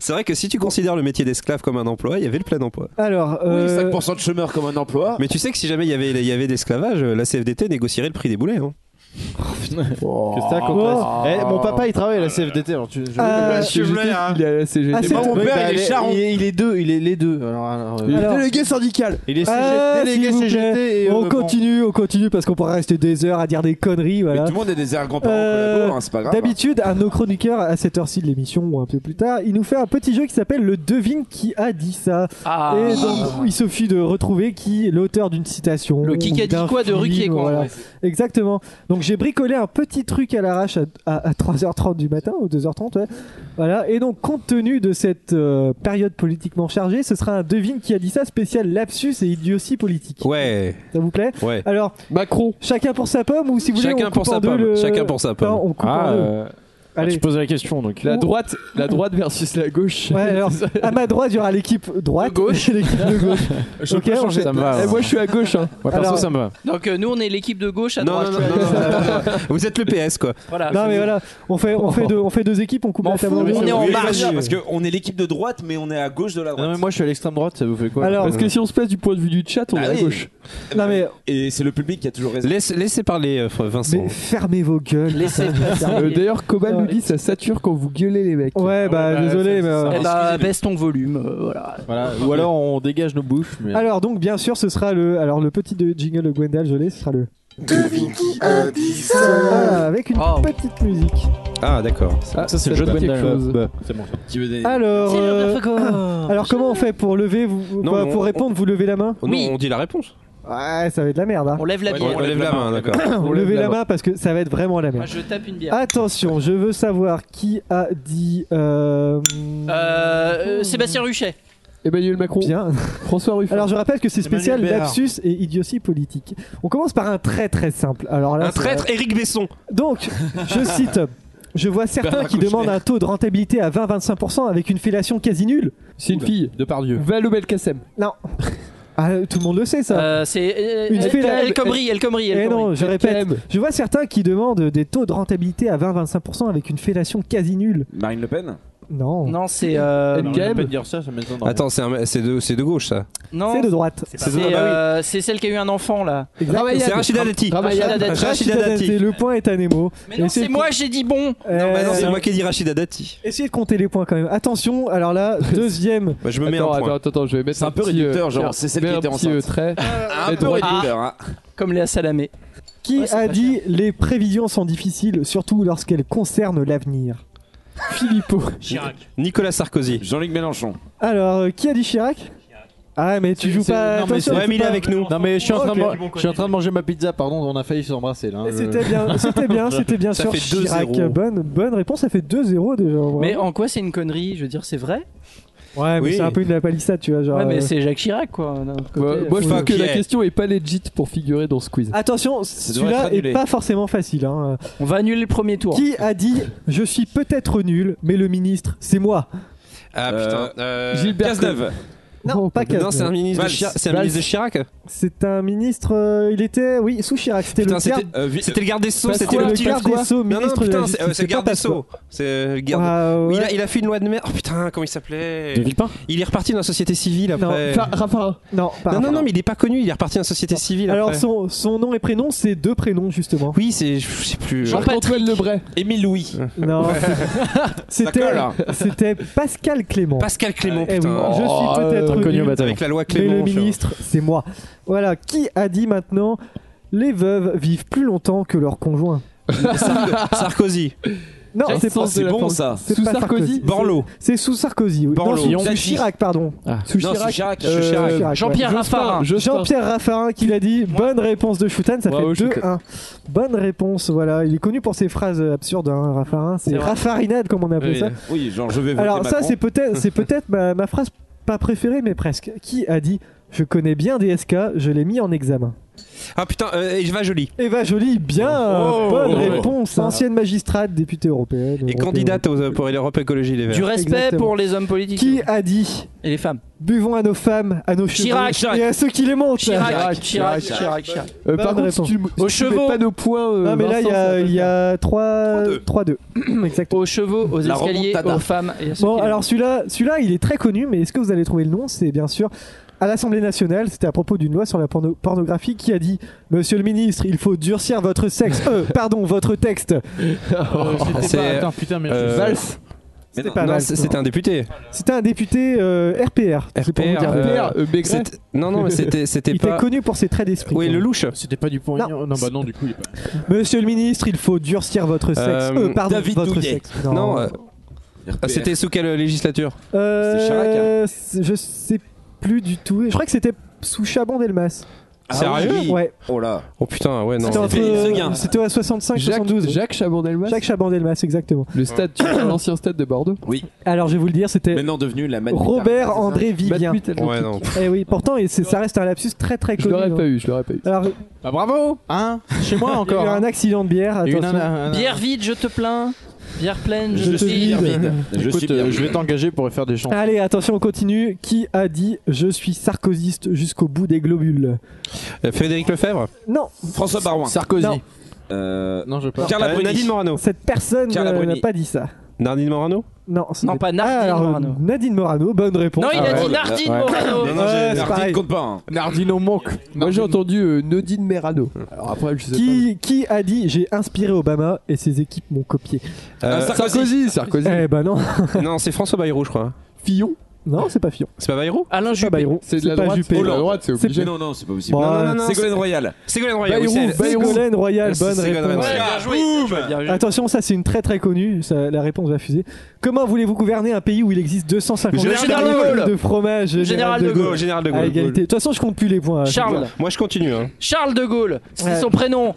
C'est vrai que si tu considères le métier d'esclave comme un emploi, il y avait le plein emploi.
Alors,
Oui,
euh,
5% de chômeurs comme un emploi.
Mais tu sais que si jamais il y avait, il y avait d'esclavage, euh, la CFDT négocierait le prix des boulets. hein.
Que ça, qu'on
Oh.
reste- Eh, mon papa,
il travaille à la CFDT. Alors tu, je-
euh,
il-
hein.
il est à la CGT.
Ah, c'est
Moi,
tout.
mon
Ouais,
père,
bah,
il est
il,
charron.
est, il est deux, il est les deux. Alors, alors, euh,
Il est
Alors-
délégué syndical. Il est CG,
Ah,
délégué
s'il vous plaît.
CGT. Et,
on
euh,
continue, on continue parce qu'on pourra rester des heures à dire des conneries.
Mais
Voilà.
tout le monde a des arrière-grands-parents
Euh,
collabos, hein, c'est pas grave.
D'habitude, un de nos chroniqueurs à cette heure-ci de l'émission ou un peu plus tard, il nous fait un petit jeu qui s'appelle le devine qui a dit ça.
Ah,
Et donc, il suffit de retrouver qui est l'auteur d'une citation.
le
ou
qui a dit
d'un
quoi de
film,
Ruquier quoi.
voilà. Exactement. Donc j'ai bricolé un petit truc à l'arrache à, à- à 3h30 du matin ou 2h30. ouais. Voilà. Et donc compte tenu de cette euh, période politiquement chargée, ce sera un devine qui a dit ça spécial lapsus et idiotie politique.
Ouais,
Ça vous plaît
ouais.
Alors
Macron.
chacun pour sa pomme ou si Ah, vous voulez
Chacun
on coupe
pour, sa
en deux
pomme.
le-
Chacun pour sa
Non,
pomme.
Ah,
on coupe
Ah,
en
euh,
deux.
euh,
Allez.
poses la question donc.
La droite, la droite versus la gauche.
Ouais, alors, à ma droite, il y aura l'équipe droite.
gauche.
et l'équipe de gauche.
Je
Ok, on fait-
ça me va.
Eh, moi, je suis à gauche. hein.
Moi, perso,
Alors-
ça me va.
Donc euh, nous on est l'équipe de gauche à
Non,
droite.
non, non, non, non, non, non. Vous êtes le PS quoi.
Voilà.
Non, mais voilà, on fait, on fait, deux, on fait deux équipes, on coupe
M'en
la
fous,
table. en
on
deux.
est en
Oui,
marche.
c'est bien, Parce qu'on est l'équipe de droite, mais on est à gauche de la droite.
Non, mais moi, je suis à l'extrême droite. Ça vous fait quoi
Alors, euh,
Parce que si on se place du point de vue du chat, on
Ah
est à
oui.
gauche.
non, mais,
Et c'est le public qui a toujours raison.
Laisse- laissez parler euh, Vincent.
mais fermez vos gueules.
Laissez
Euh,
passer.
D'ailleurs, Cobal nous dit ça sature quand vous gueulez les mecs.
Ouais, bah,
bah,
désolé,
ça,
mais.
ça,
euh,
Eh bah baisse ton volume, euh, voilà.
Voilà. Ou alors, on dégage nos bouches. Mais...
Alors donc bien sûr ce sera le alors le petit de jingle de Gwendal je l'ai ce sera le Ah, avec une
Oh.
petite musique.
Ah d'accord.
Ah,
ça, c'est le
ça
jeu de
dit quelque
Gwendal.
chose.
Bah, C'est bon.
Qui veut des-
Alors euh, alors comment on fait pour lever vous vous-
Non,
bah,
mais
pour
on-
répondre vous levez la main
Oh, non,
Oui.
on dit la réponse.
Ouais, ça va être la merde hein.
On lève la
Ouais,
On,
bière.
ouais.
lève la main, d'accord.
On levez la main parce que ça va être vraiment la
Moi
merde.
je tape une bière.
Attention, je veux savoir qui a dit euh...
Euh, euh, Sébastien Ruchet.
Emmanuel Macron,
Bien.
François Ruffin.
Alors je rappelle que c'est spécial
Emmanuel Béard.
lapsus et idiotie politique. On commence par un très très simple. Alors là,
Un
c'est-
traître, Eric Besson.
Donc, je cite. Je vois certains
Bernard
qui
Kouchner.
demandent un taux de rentabilité à 20-25% avec une fellation quasi nulle.
c'est une fille.
De par Dieu.
Valo Belkacem.
Ah, tout le monde le sait ça.
Euh, c'est euh,
Une
El-
fellade.
El Khomri, El Khomri, El
Eh
Khomri.
non, je répète.
Ah
Je vois certains qui demandent des taux de rentabilité à 20-25% avec une fellation quasi nulle.
Marine Le Pen
Non.
Non, c'est euh,
Non,
Je peux
Gaël.
pas te dire ça, ça m'étonne.
Attends, c'est un- c'est de, c'est de gauche ça.
non,
C'est de droite.
c'est euh, c'est celle qui a eu un enfant là.
Exactement.
C'est Rachida Dati.
Rachida
Ramayad.
Dati.
Ah,
Rachida Dati.
Le point est à Nemo.
Mais non,
Et
c'est moi, j'ai dit bon.
Euh,
Bah non, c'est moi qui ai dit Rachida Dati.
Essayez de compter les points quand même. Attention, alors là, deuxième.
Bah, je me mets un
Attends,
point.
attends, attends, je vais mettre
C'est un peu
petit,
réducteur,
euh,
genre,
tiens,
c'est celle
mets
qui
un
était
petit,
enceinte.
euh, trait.
Un
Et
peu
droite.
réducteur. hein.
Comme Léa Salamé.
Qui
Ouais, c'est
a
pas
dit les prévisions sont difficiles, surtout lorsqu'elles concernent l'avenir
Philippot.
Nicolas Sarkozy.
Jean-Luc Mélenchon.
Alors, euh, qui a dit Chirac Ah, mais tu joues pas.
non, mais
attention,
c'est-
tu
Ouais, mais il est
joues pas.
avec nous.
Non, mais je suis, en train de
Ok.
man- je suis en train de manger ma pizza, pardon, on a failli s'embrasser là. hein,
Et
Je-
C'était
Euh.
bien, c'était bien, c'était bien
Ça
sûr
fait 2-0.
Chirac. Bonne, bonne réponse, ça fait 2-0 déjà. en vrai.
Mais en quoi c'est une connerie Je veux dire, c'est vrai.
ouais, mais
Oui.
c'est un peu de la palissade, tu vois. Genre,
Ouais, mais
euh,
c'est Jacques Chirac quoi. d'un autre côté.
Bah, Moi, je
Faut
trouve que la
qu'il y ait.
question est pas legit pour figurer dans ce quiz.
Attention,
devrait
celui-là
être annulé.
est pas forcément facile. hein.
On va annuler le premier tour.
Qui a dit Je suis peut-être nul, mais le ministre, c'est moi
Ah
Euh,
putain. Euh,
Gilbert
Cazeneuve.
Non,
Oh,
pas
putain.
Non, c'est un ministre de
Valls.
Chirac. C'est un
Valls.
ministre de Chirac.
C'est un ministre. euh, il était, oui, sous Chirac. C'était le
Putain,
garde.
c'était euh, vi- c'était le garde des sceaux.
Pasqua,
C'était le
le
petit
garde des sceaux,
Non, non,
ministre de la
putain,
Justice.
c'est euh, c'est le
pas
garde des
Pasqua.
sceaux. C'est le garde.
Ah, ouais.
Il, a, il a fait une loi de merde. Oh putain, comment il s'appelait
De Villepin
Il est reparti dans la société civile
Non,
après.
Fa- Raffarin.
Non, pas
non, non,
Raffarin.
non, mais il est pas connu. Il est reparti dans la société civile
Alors,
après.
son, son nom et prénom, c'est deux prénoms, justement.
Oui, c'est. Je sais plus. euh,
Jean-
Antoine Lebray.
Émile Louis.
Non, c'était,
Ça colle, hein.
c'était Pascal Clément.
Pascal Clément,
Eh oui,
putain.
je
Oh,
suis peut-être
inconnu
nul,
au bataillon.
Avec la loi
mais
Clément.
le
je-
ministre, c'est moi. Voilà, qui a dit maintenant les veuves vivent plus longtemps que leurs conjoints
Sarko- Sarkozy.
Non,
Quel
c'est pas
sens de
C'est
la
bon
forme.
ça.
c'est
Sous
pas
Sarkozy
Borloo.
C'est sous Sarkozy, oui.
Borloo.
Non, sous- sous
Dafi.
Chirac, pardon.
Sous
Non,
Chirac.
c'est Chirac.
Euh,
Chirac.
Chirac, ouais.
hein. Jean-Pierre Raffarin.
Jospin.
Jean-Pierre Raffarin qui l'a dit. Bonne réponse de Choutan, ça
Bravo,
fait
Choutan.
2-1. Bonne réponse, voilà. Il est connu pour ses phrases absurdes, hein, Raffarin. C'est
C'est vrai.
Raffarinade, comme on appelait
Oui.
ça.
Oui, genre je vais voter
Alors ça
Macron.
c'est peut-être c'est peut-être ma, ma phrase pas préférée mais presque. Qui a dit je connais bien DSK, je l'ai mis en examen.
Ah putain, euh, Eva Jolie.
Eva Jolie, bien
Oh.
bonne
Oh.
réponse, ancienne magistrate, députée européenne.
Et
européenne.
candidate aux- pour l'Europe Écologie Les
Du
Verts.
respect
Exactement.
pour les hommes politiques.
Qui a dit
Et les femmes.
buvons à nos femmes, à nos chevaux
Chirac, Chirac.
et à ceux qui les montent.
Chirac,
Chirac,
Chirac,
Chirac,
Chirac, Chirac.
Euh, par
Bonne
contre, si
réponse.
tu, si
Aux
tu mets
chevaux.
pas nos points. euh,
Non mais là il y
Vincent, ça
a,
peut
il y
faire.
a 3 3-2. Exactement.
Aux chevaux, aux
La
escaliers,
remontada.
aux femmes. et à ceux
Bon
qui-
alors celui-là celui-là il est très connu mais est-ce que vous allez trouver le nom C'est bien sûr à l'Assemblée nationale, c'était à propos d'une loi sur la porno- pornographie qui a dit Monsieur le ministre, il faut durcir votre sexe, euh, pardon, votre texte.
Euh, c'était
C'est-
pas- Attends, putain, mais je-
Euh,
Valls. Mais
C'était
non.
pas
Non,
mal.
c'est- c'était un député.
C'était un député euh, RPR. c'est pour vous
RPR,
dire.
euh,
Pierre, euh, Maigret.
C'était- Non, non, mais c'était c'était
Il était
pas.
connu pour ses traits d'esprit.
Oui,
quand
le
même.
louche.
C'était pas du point.
Non.
Non, bah non, du coup, il est pas.
Monsieur le ministre, il faut durcir votre sexe.
Euh,
Euh, pardon,
David
votre
Douillet.
sexe.
Non, euh,
RPR.
ah, c'était sous quelle législature
Euh,
c'était Chirac, hein.
c'est- Je sais plus du tout. Je crois que c'était sous Chabon Delmas.
Ah
Sérieux
oui.
Ouais.
Oh là.
Oh putain, ouais, non.
C'était entre.
c'était Seguin.
euh, C'était à 65,
Jacques,
72. Jacques,
Jacques Chabandelmas.
Chabon Delmas, exactement.
Le stade, tu vois, l'ancien stade de Bordeaux.
Alors je vais vous le dire, c'était
Maintenant devenu la Madrid.
Robert André Vivien.
Mathuit Atlantique.
Ouais, non.
Eh oui, pourtant, et c'est- ça reste un lapsus très très
Je
connu.
l'aurais
hein.
pas eu, je l'aurais pas eu.
Alors,
Bah bravo Hein Chez moi
il y a
encore.
eu un accident de bière.
Et une
Attention.
nana- un-
Bière vide, je te plains. Bière pleine, je,
Je te
te suis.
vide.
Je
Écoute,
suis
euh,
bien.
je vais t'engager pour faire des chansons.
Allez, attention, on continue. Qui a dit Je suis sarkozyste jusqu'au bout des globules
Euh, Frédéric Lefebvre
Non,
François Barouin.
Sarkozy.
Non.
Euh,
Non, je veux pas.
Carla
Euh,
Bruni.
Nadine Morano.
cette personne
Carla
euh,
Bruni.
n'a pas dit ça.
Nadine Morano
Non, ce
Non,
n'est-
pas Nadine
Ah, alors,
Morano.
Nadine Morano, bonne réponse.
Non, il
Ah
a
ouais.
dit Nardine
Ouais.
Morano.
Non, non,
Ouais,
j'ai-
c'est
Nardine
pareil.
compte pas. hein.
Nardino manque.
Moi j'ai entendu euh, Nodine Merano. Alors après, je sais
Qui, qui a dit J'ai inspiré Obama et ses équipes m'ont copié
Euh,
Ah,
pas. Sarkozy, Sarkozy.
Eh ben non,
Non, c'est François Bayrou, je crois.
Fillon.
non, c'est pas Fillon.
C'est pas Bayrou
Alain
C'est pas
Juppé.
Bayrou.
C'est de la
pas
droite.
Juppé.
C'est de la droite, c'est
Mais
obligé.
non, non, Oh, c'est pas possible.
Bon,
Non, non,
euh,
non, c'est
Ségolène Royal.
Ségolène Royal. oui,
Bayrou,
c'est-
Bayrou.
Ségolène Royal,
C'est
bonne
Ségolène
réponse.
Royal.
bien joué. Bien joué.
Attention, ça c'est une très très connue, ça- la réponse va fuser. Comment voulez-vous gouverner un pays où il existe 250
Le
général de
variétés
Gaulle.
de fromage
Général de
De Gaulle, Général de
À
Gaulle.
Ah, égalité. De toute façon, je compte plus les points.
Charles.
Moi, je continue. hein.
Charles de Gaulle. C'est
Ouais.
son prénom.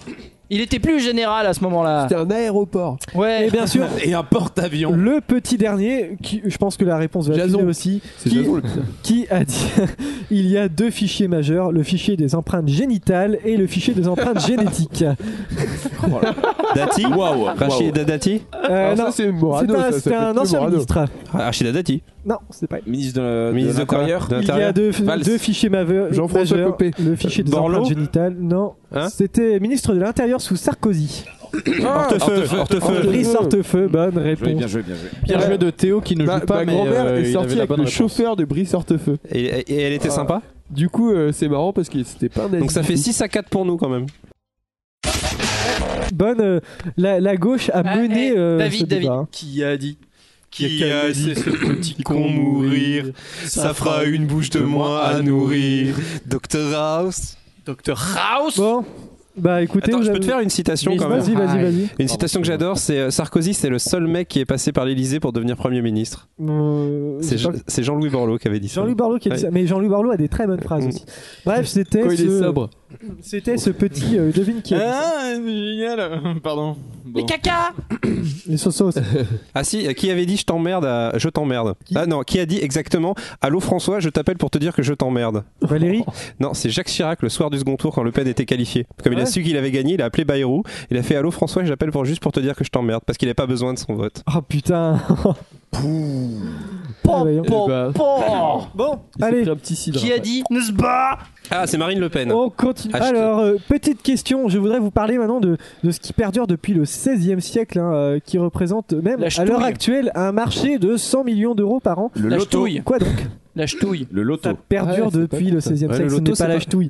Il était plus général à ce moment-là.
C'était un aéroport.
Ouais.
Et bien sûr,
Et un porte-avions.
le petit dernier, qui, je pense que la réponse va
Jason.
fuser aussi,
C'est
qui,
Jason le pire.
qui a dit il y a deux fichiers majeurs, le fichier des empreintes génitales et le fichier des empreintes génétiques.
Dati
Waouh.
Rachida Dati
Euh,
Alors
non,
ça, c'est
c'est
Morano.
un,
ça, ça
c'est
fait
un
plus
ancien
Morano.
ministre.
Rachida Dati.
Non, c'est pas.
Ministre de,
Ministre de quoi
l'Intérieur.
Il y
De
a
l'Intérieur
deux,
Valls.
deux fichiers majeurs.
Jean-François
majeurs,
Copé.
Le fichier des
Borloo
empreintes génitales. Non,
Hein
c'était ministre de l'Intérieur sous Sarkozy.
Hortefeux. Hortefeux.
Brice Hortefeux, bonne
Joué, bien
réponse.
joué, bien joué.
Bien joué de Théo qui ne
Ma,
joue pas,
ma
mais
grand-mère
euh,
est
il avait
sortie
la
avec le
bonne réponse.
chauffeur de Brice Hortefeux.
Et, et- et elle était
Ah.
sympa.
Du coup, euh, c'est marrant parce que c'était pas un nazi
Donc ça
du
fait
tout.
6 à 4 pour nous quand même.
Bonne. euh, la, la gauche a
Ah,
mené.
eh,
euh,
David,
ce
David.
débat, hein.
Qui a dit
Qui a laissé ce petit con mourir Ça fera une bouche de moins à nourrir. Dr House.
Docteur
House.
Bon, bah écoutez,
Attends,
vous
je peux
avez-
te faire une citation
Mais
quand même. Ah,
Vas-y, vas-y, vas-y.
Une citation que j'adore, c'est euh, Sarkozy, c'est le seul mec qui est passé par l'Elysée pour devenir Premier ministre.
Euh,
C'est
j'ai
Je-
pas-
c'est Jean-Louis Borloo qui avait dit ça.
Jean-Louis Barlot qui a dit
Ouais.
ça, mais Jean-Louis Barlot a des très bonnes phrases
Mm.
aussi. Bref, c'était
Quand il est
ce,
sobre.
c'était ce petit euh, devine qui a dit ça.
Ah, génial Pardon.
Les caca.
Les sosos.
Ah si, euh, qui avait dit je t'emmerde à... Je t'emmerde.
Qui
Ah non, qui a dit exactement Allô François, je t'appelle pour te dire que je t'emmerde.
Valérie,
Non, c'est Jacques Chirac le soir du second tour quand Le Pen était qualifié. Comme il a
Ouais.
su qu'il avait gagné, il a appelé Bayrou. Il a fait Allô François, j'appelle pour juste pour te dire que je t'emmerde parce qu'il n'avait pas besoin de son vote.
oh putain. Oh, Ah, voyons.
Eh ben,
Bon,
il s'est
allez,
pris un petit cidre.
Qui a dit Nous bat
Ah, c'est Marine Le Pen.
on continue.
Hashtag.
Alors, euh, petite question, je voudrais vous parler maintenant de, de ce qui perdure depuis le 16e siècle, hein, euh, qui représente même
La
à
ch'touille.
l'heure actuelle un marché de 100 millions d'euros par an.
Le
La
loto.
ch'touille.
Quoi donc
La ch'touille.
Le
Ça
loto.
perdure
Ouais, c'est pas
depuis le 16e
Ouais,
siècle,
le
ce
loto,
n'est
c'est
pas la
pas-
ch'touille.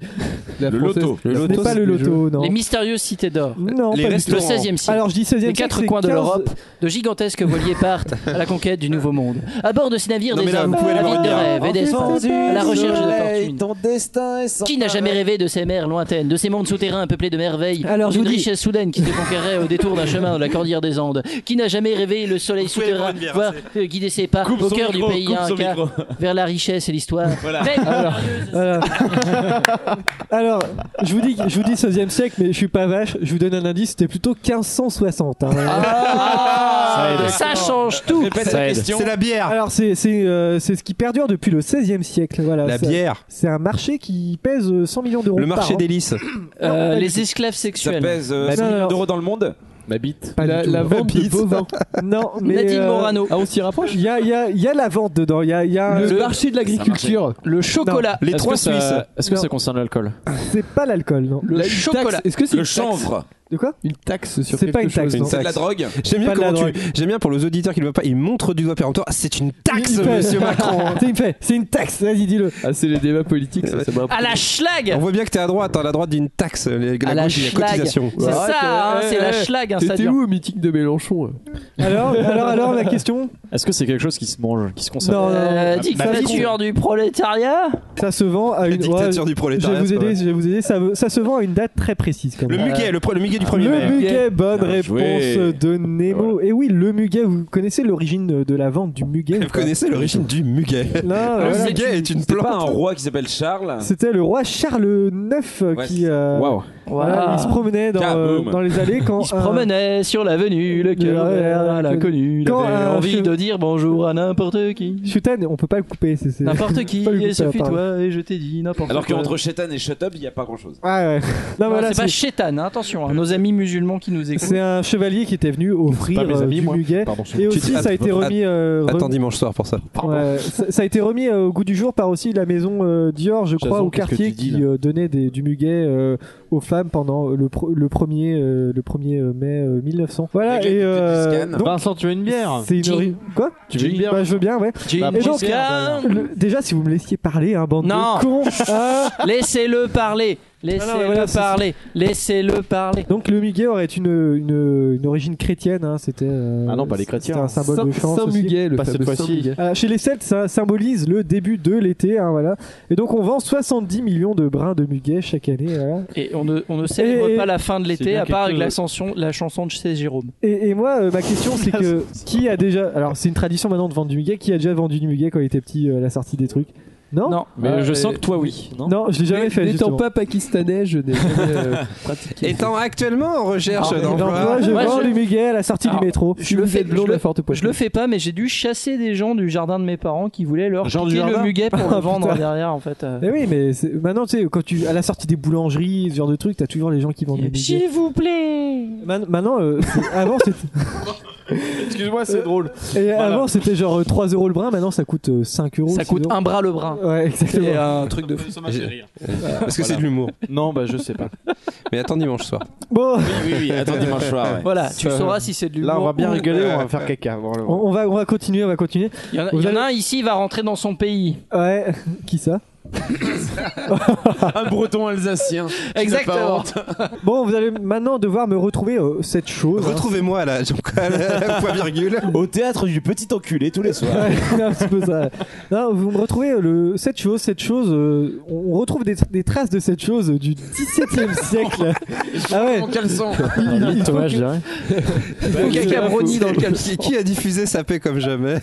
La
Le
française,
loto.
les
Ce
jeux.
n'est pas le loto, non.
Les mystérieuses cités d'or.
Non,
Les
pas du
restos-
tout.
Le
Laurent.
16e siècle.
Alors, je dis 16e
Les
siècle.
quatre
c'est
coins de
15
l'Europe, de gigantesques voiliers partent à la conquête du Nouveau Monde. À bord de ces navires,
Non,
des
mais là,
hommes
vous pouvez les
avides
voir
de
bien.
rêves et d'espoir, à la recherche de fortune.
Ton destin est sans
Qui n'a jamais rêvé de ces mers lointaines, de ces mondes souterrains peuplés de merveilles,
Alors, je
d'une
vous dis-
richesse soudaine qui se conquérait au détour d'un chemin de la cordillère des Andes Qui n'a jamais rêvé le soleil
pouvez
souterrain
prendre une bière,
voir euh, guider ses pas au cœur du pays Inca vers la richesse et l'histoire Mais-
Alors, Alors, je vous dis, je vous dis 16e siècle, mais je suis pas vache. Je vous donne un indice, c'était plutôt 1560. hein.
Ah, ça change tout
C'est la bière.
Alors, c'est c'est, euh, c'est ce qui perdure depuis le 16e siècle. Voilà.
La
Ça-
bière.
C'est un marché qui pèse euh, 100 millions d'euros.
Le
par
marché
an.
des lices.
Euh, Les esclaves
Ça
sexuels
pèse euh,
Non,
100
non,
millions
non.
d'euros dans le monde.
Ma bite.
Pas
La,
du tout.
la vente de bovins.
Non, mais.
Nadine
euh,
Morano
Ah, on s'y rapproche
Il y a, il y, a, il y a la vente dedans. Il y a, il y a
Le marché de l'agriculture.
Le
Ah,
chocolat
Les trois
Est-ce que
Suisses.
ça- Est-ce que
Non.
ça concerne l'alcool
C'est pas l'alcool, non.
Le
La- une taxe.
chocolat.
Est-ce que c'est
Le
une taxe
chanvre.
De quoi
Une taxe sur
C'est pas
quelque
une taxe,
chose
non.
C'est de la drogue.
J'aime bien
Pas de la
comment tu. J'aime bien pour les auditeurs qui ne voient pas, ils montrent du doigt par en toi. Ah, C'est une taxe, monsieur Macron.
C'est une fait. C'est une taxe. Vas-y, dis-le.
Ah, c'est les débats politiques, ça, ça m'a
À la
On
schlag
voit bien que t'es à droite, hein, la droite d'une taxe, les-
À la
la gauche, il y a
schlag.
cotisation.
C'est
Ouais, ouais,
ça, hein,
ouais,
c'est la
ouais.
schlag, un
T'étais
stadion.
où au meeting de Mélenchon hein
Alors, alors, alors, la question
Est-ce que c'est quelque chose qui se mange, qui se consomme
Non, non,
Euh, Dictature du prolétariat
ça se vend à
La
une.
dictature
ouais,
du
je vais
prolétariat.
vous
c'est pas
aider.
vrai.
Je vais vous aider. Ça, veut- ça se vend à une date très précise. Quand
Le
même.
muguet, le, pre- le muguet du 1er
Le
mai.
muguet, bonne
Bien
réponse
joué.
de Nemo. Et oui, le muguet, vous connaissez l'origine de la vente du muguet ou
Vous
pas
connaissez l'origine du muguet
Non,
Le
voilà.
muguet est une
C'est pas un
plante.
roi qui s'appelle Charles.
C'était le roi Charles IX euh,
Ouais,
qui euh,
Waouh.
voilà, il se promenait dans, euh,
Kaboum.
dans les allées quand
Ah. Il se
un-
promenait sur l'avenue, le cœur
Ouais,
ouvert à
ouais,
l'inconnu. Il
quand
avait
un
envie
cheveu-
de dire bonjour à n'importe qui.
Chutan, on peut pas le couper, c'est c'est-
N'importe qui,
pas le
et
goûter,
ce fut
pardon.
toi, et je t'ai dit n'importe
Alors
quoi.
qu'entre Shetan et Shut Up, il n'y a pas grand chose.
Ah ouais. Non,
Non,
voilà,
c'est pas
c'est Ah.
chétane, hein, attention, hein, nos amis musulmans qui nous écoutent.
c'est un chevalier qui était venu offrir
pas mes
euh,
amis,
du
moi.
muguet et
Tu
aussi
dis-
ça a été
Attends,
remis euh,
Attends
remis-
dimanche soir pour ça.
ouais, ça, ça a été remis euh, au goût du jour par aussi la maison euh, Dior je crois
Jason,
au
qu'est-ce que
quartier
tu dis,
qui
là
euh, donnait des- du muguet euh, aux femmes pendant le, pro- le premier euh, le 1er mai euh, 1900 voilà
Avec
et
les
euh,
petites scannes.
donc,
Vincent, tu veux une bière
c'est une
Gin.
ori- quoi
Tu veux une bière
Bah, je veux bien ouais
Jim
Et donc,
Brown.
Le- déjà, si vous me laissiez parler, hein, bande
Non.
de cons. hein.
Laissez-le parler,
Ah non, mais
laissez-le
voilà, c'est-
parler, laissez-le parler.
Donc, le muguet aurait une, une, une origine chrétienne. hein, C'était. euh,
Ah non, pas les chrétiens.
C'était un symbole
Saint-
de chance. aussi.
Saint-Muguet, le
Pas cette
fameux
fois-ci.
Saint-Muguet.
Euh, chez les Celtes, ça symbolise le début de l'été, hein, voilà. Et donc, on vend 70 millions de brins de muguet chaque année. voilà.
Et on ne, on ne célèbre
Et-
pas la fin de l'été,
bien
à part
quelque
avec
chose-
l'ascension- la chanson de chez Jérôme.
Et, et moi, euh, ma question, c'est que qui a déjà. Alors, c'est une tradition maintenant de vendre du muguet. Qui a déjà vendu du muguet quand il était petit euh, à la sortie des trucs Non.
Non.
Mais
Ah,
je
et-
sens que toi, oui. Non
Non, je l'ai jamais fait.
N'étant
justement.
pas pakistanais, je n'ai jamais euh, pratiqué.
Étant actuellement en recherche
Et donc,
d'emploi.
Eh ben, moi, je
Moi,
vends
je-
du muguet à la sortie
Alors,
du métro.
je le fais-
blond
je le-
de forte poitrine.
Je le fais pas, mais j'ai dû chasser des gens du jardin de mes parents qui voulaient leur
Jean
piquer
du
le
jardin
muguet pour
Ah,
le vendre
putain. Eh,
derrière en fait. euh.
Mais oui, mais c'est- maintenant, tu sais, quand tu à la sortie des boulangeries, ce genre de trucs, t'as toujours les gens qui vendent des billets.
S'il vous plaît
Man- maintenant, euh, c'est- avant, c'était-
Excuse-moi, c'est drôle.
et avant, c'était genre euh, 3 euros le brin, maintenant ça coûte euh, 5 euros.
Ça
six
coûte
euros.
un bras euh, le brin.
Ouais, exactement.
C'est un truc de
Parce que c'est de l'humour.
Non, bah je sais pas.
Mais attends dimanche soir.
Bon,
Oui, oui, attends dimanche soir. ouais.
Voilà, tu sauras si c'est de l'humour.
Là, on va bien
ou-
rigoler, on va faire caca. voir le-
on, on va, on va continuer, on va continuer.
Il y en a,
Vous
il y en a
allez-
un ici, il va rentrer dans son pays.
Ouais, qui ça
Un breton alsacien.
Exactement.
Bon, vous allez maintenant devoir me retrouver euh, cette chose. hein.
Retrouvez-moi à la, à la- à la point virgule.
Au théâtre du petit enculé tous les soirs.
Ouais, un petit peu ça. Non, vous me retrouvez euh, le, cette chose, cette chose. euh, on on retrouve des, des traces de cette chose euh, du 17 e siècle. Ah ouais,
caleçon.
il faut que-
Caca brownie dans le
Qui, qui a diffusé Sapé comme jamais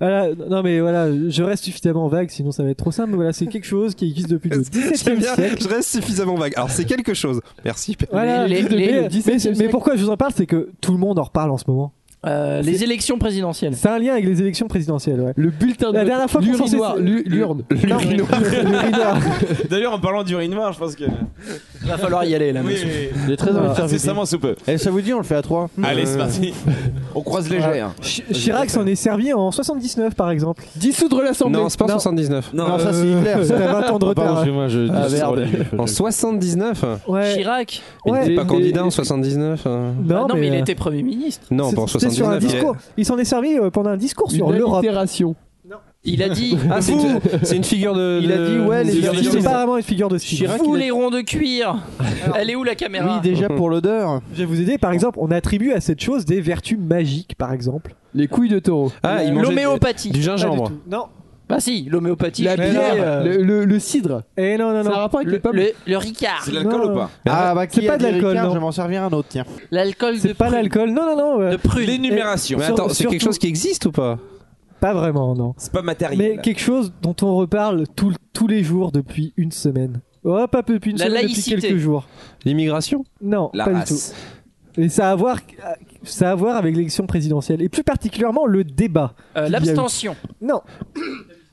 Voilà, non mais voilà, je reste suffisamment vague, sinon ça va être trop simple. Mais voilà, c'est quelque chose qui existe depuis le
J'aime
17e
Eh bien,
siècle.
je reste suffisamment vague. Alors c'est quelque chose. Merci.
Voilà,
Les- les-
mais-
les-
mais,
le
mais- mais pourquoi je vous en parle, c'est que tout le monde en reparle en ce moment.
Euh, les élections présidentielles.
C'est un lien avec les élections présidentielles, ouais.
Le bulletin de
La dernière fois qu'on s'en
l'urinoir,
s'est-
l'u- l'urne.
Non, le- le- le-
hein. D'ailleurs, en parlant d'urinoir, je pense que.
va falloir y aller là. monsieur.
J'ai très envie de faire pipi.
Incessamment Ah, sous peu.
Et Eh, ça vous dit, on le fait à 3
Allez, c'est parti. On croise les jets. hein.
Ch- Chirac s'en est servi en 79 par exemple.
Dissoudre l'Assemblée.
Non, c'est pas en Ah, 79.
Non,
ça, c'est
Euh,
Hitler, ça.
T'as 20 ans de retard.
Pardon, moi je.
Ah,
je-
merde.
En 79
ouais.
Chirac
Il
Ouais.
n'était pas
Les-
candidat en
les-
79 hein.
Ah
Non,
Euh, Non, mais il
euh,
était Premier ministre.
Non, pas en
c'était sur un
79. il est-
discours. Il s'en est servi euh, pendant un discours sur
Une
l'Europe.
allitération.
Il a dit
Ah, c'est une, c'est une figure de.
Il a dit, ouais, les
de-
Algériens,
C'est
c'est-
pas vraiment une figure de style.
Chirac,
Vous
il a-
les ronds de cuir Elle est où la
Oui,
caméra
déjà pour l'odeur.
Je vais vous aider. Par exemple, on attribue à cette chose des vertus magiques, par exemple.
Les couilles de taureau.
Ah, il mangeait
L'homéopathie.
du gingembre.
Pas du tout. Non.
Bah si, l'homéopathie.
La
je-
bière.
euh,
Le, le- le cidre.
Eh non, non,
Ça a un
non.
rapport avec les pommes.
Le, le Ricard.
C'est de l'alcool
Non.
ou pas
Ah, bah, qui
C'est pas
a
de
dit
l'alcool,
Ricard
non.
Je vais m'en servir un autre, tiens.
L'alcool de
C'est pas
prune.
l'alcool. Non, non, non. euh,
De prune.
L'énumération.
Mais attends, c'est
Surtout-
quelque chose qui existe ou pas
Pas vraiment, non.
C'est pas
Mais
matériel.
quelque chose dont on reparle tout- tous les jours depuis une semaine. Oh, pas depuis une
La
semaine,
laïcité.
depuis quelques jours.
L'immigration
Non,
La
pas du
race.
tout. Et ça a à voir, ça a à voir avec l'élection présidentielle. Et plus particulièrement le débat.
Euh, L'abstention.
Non.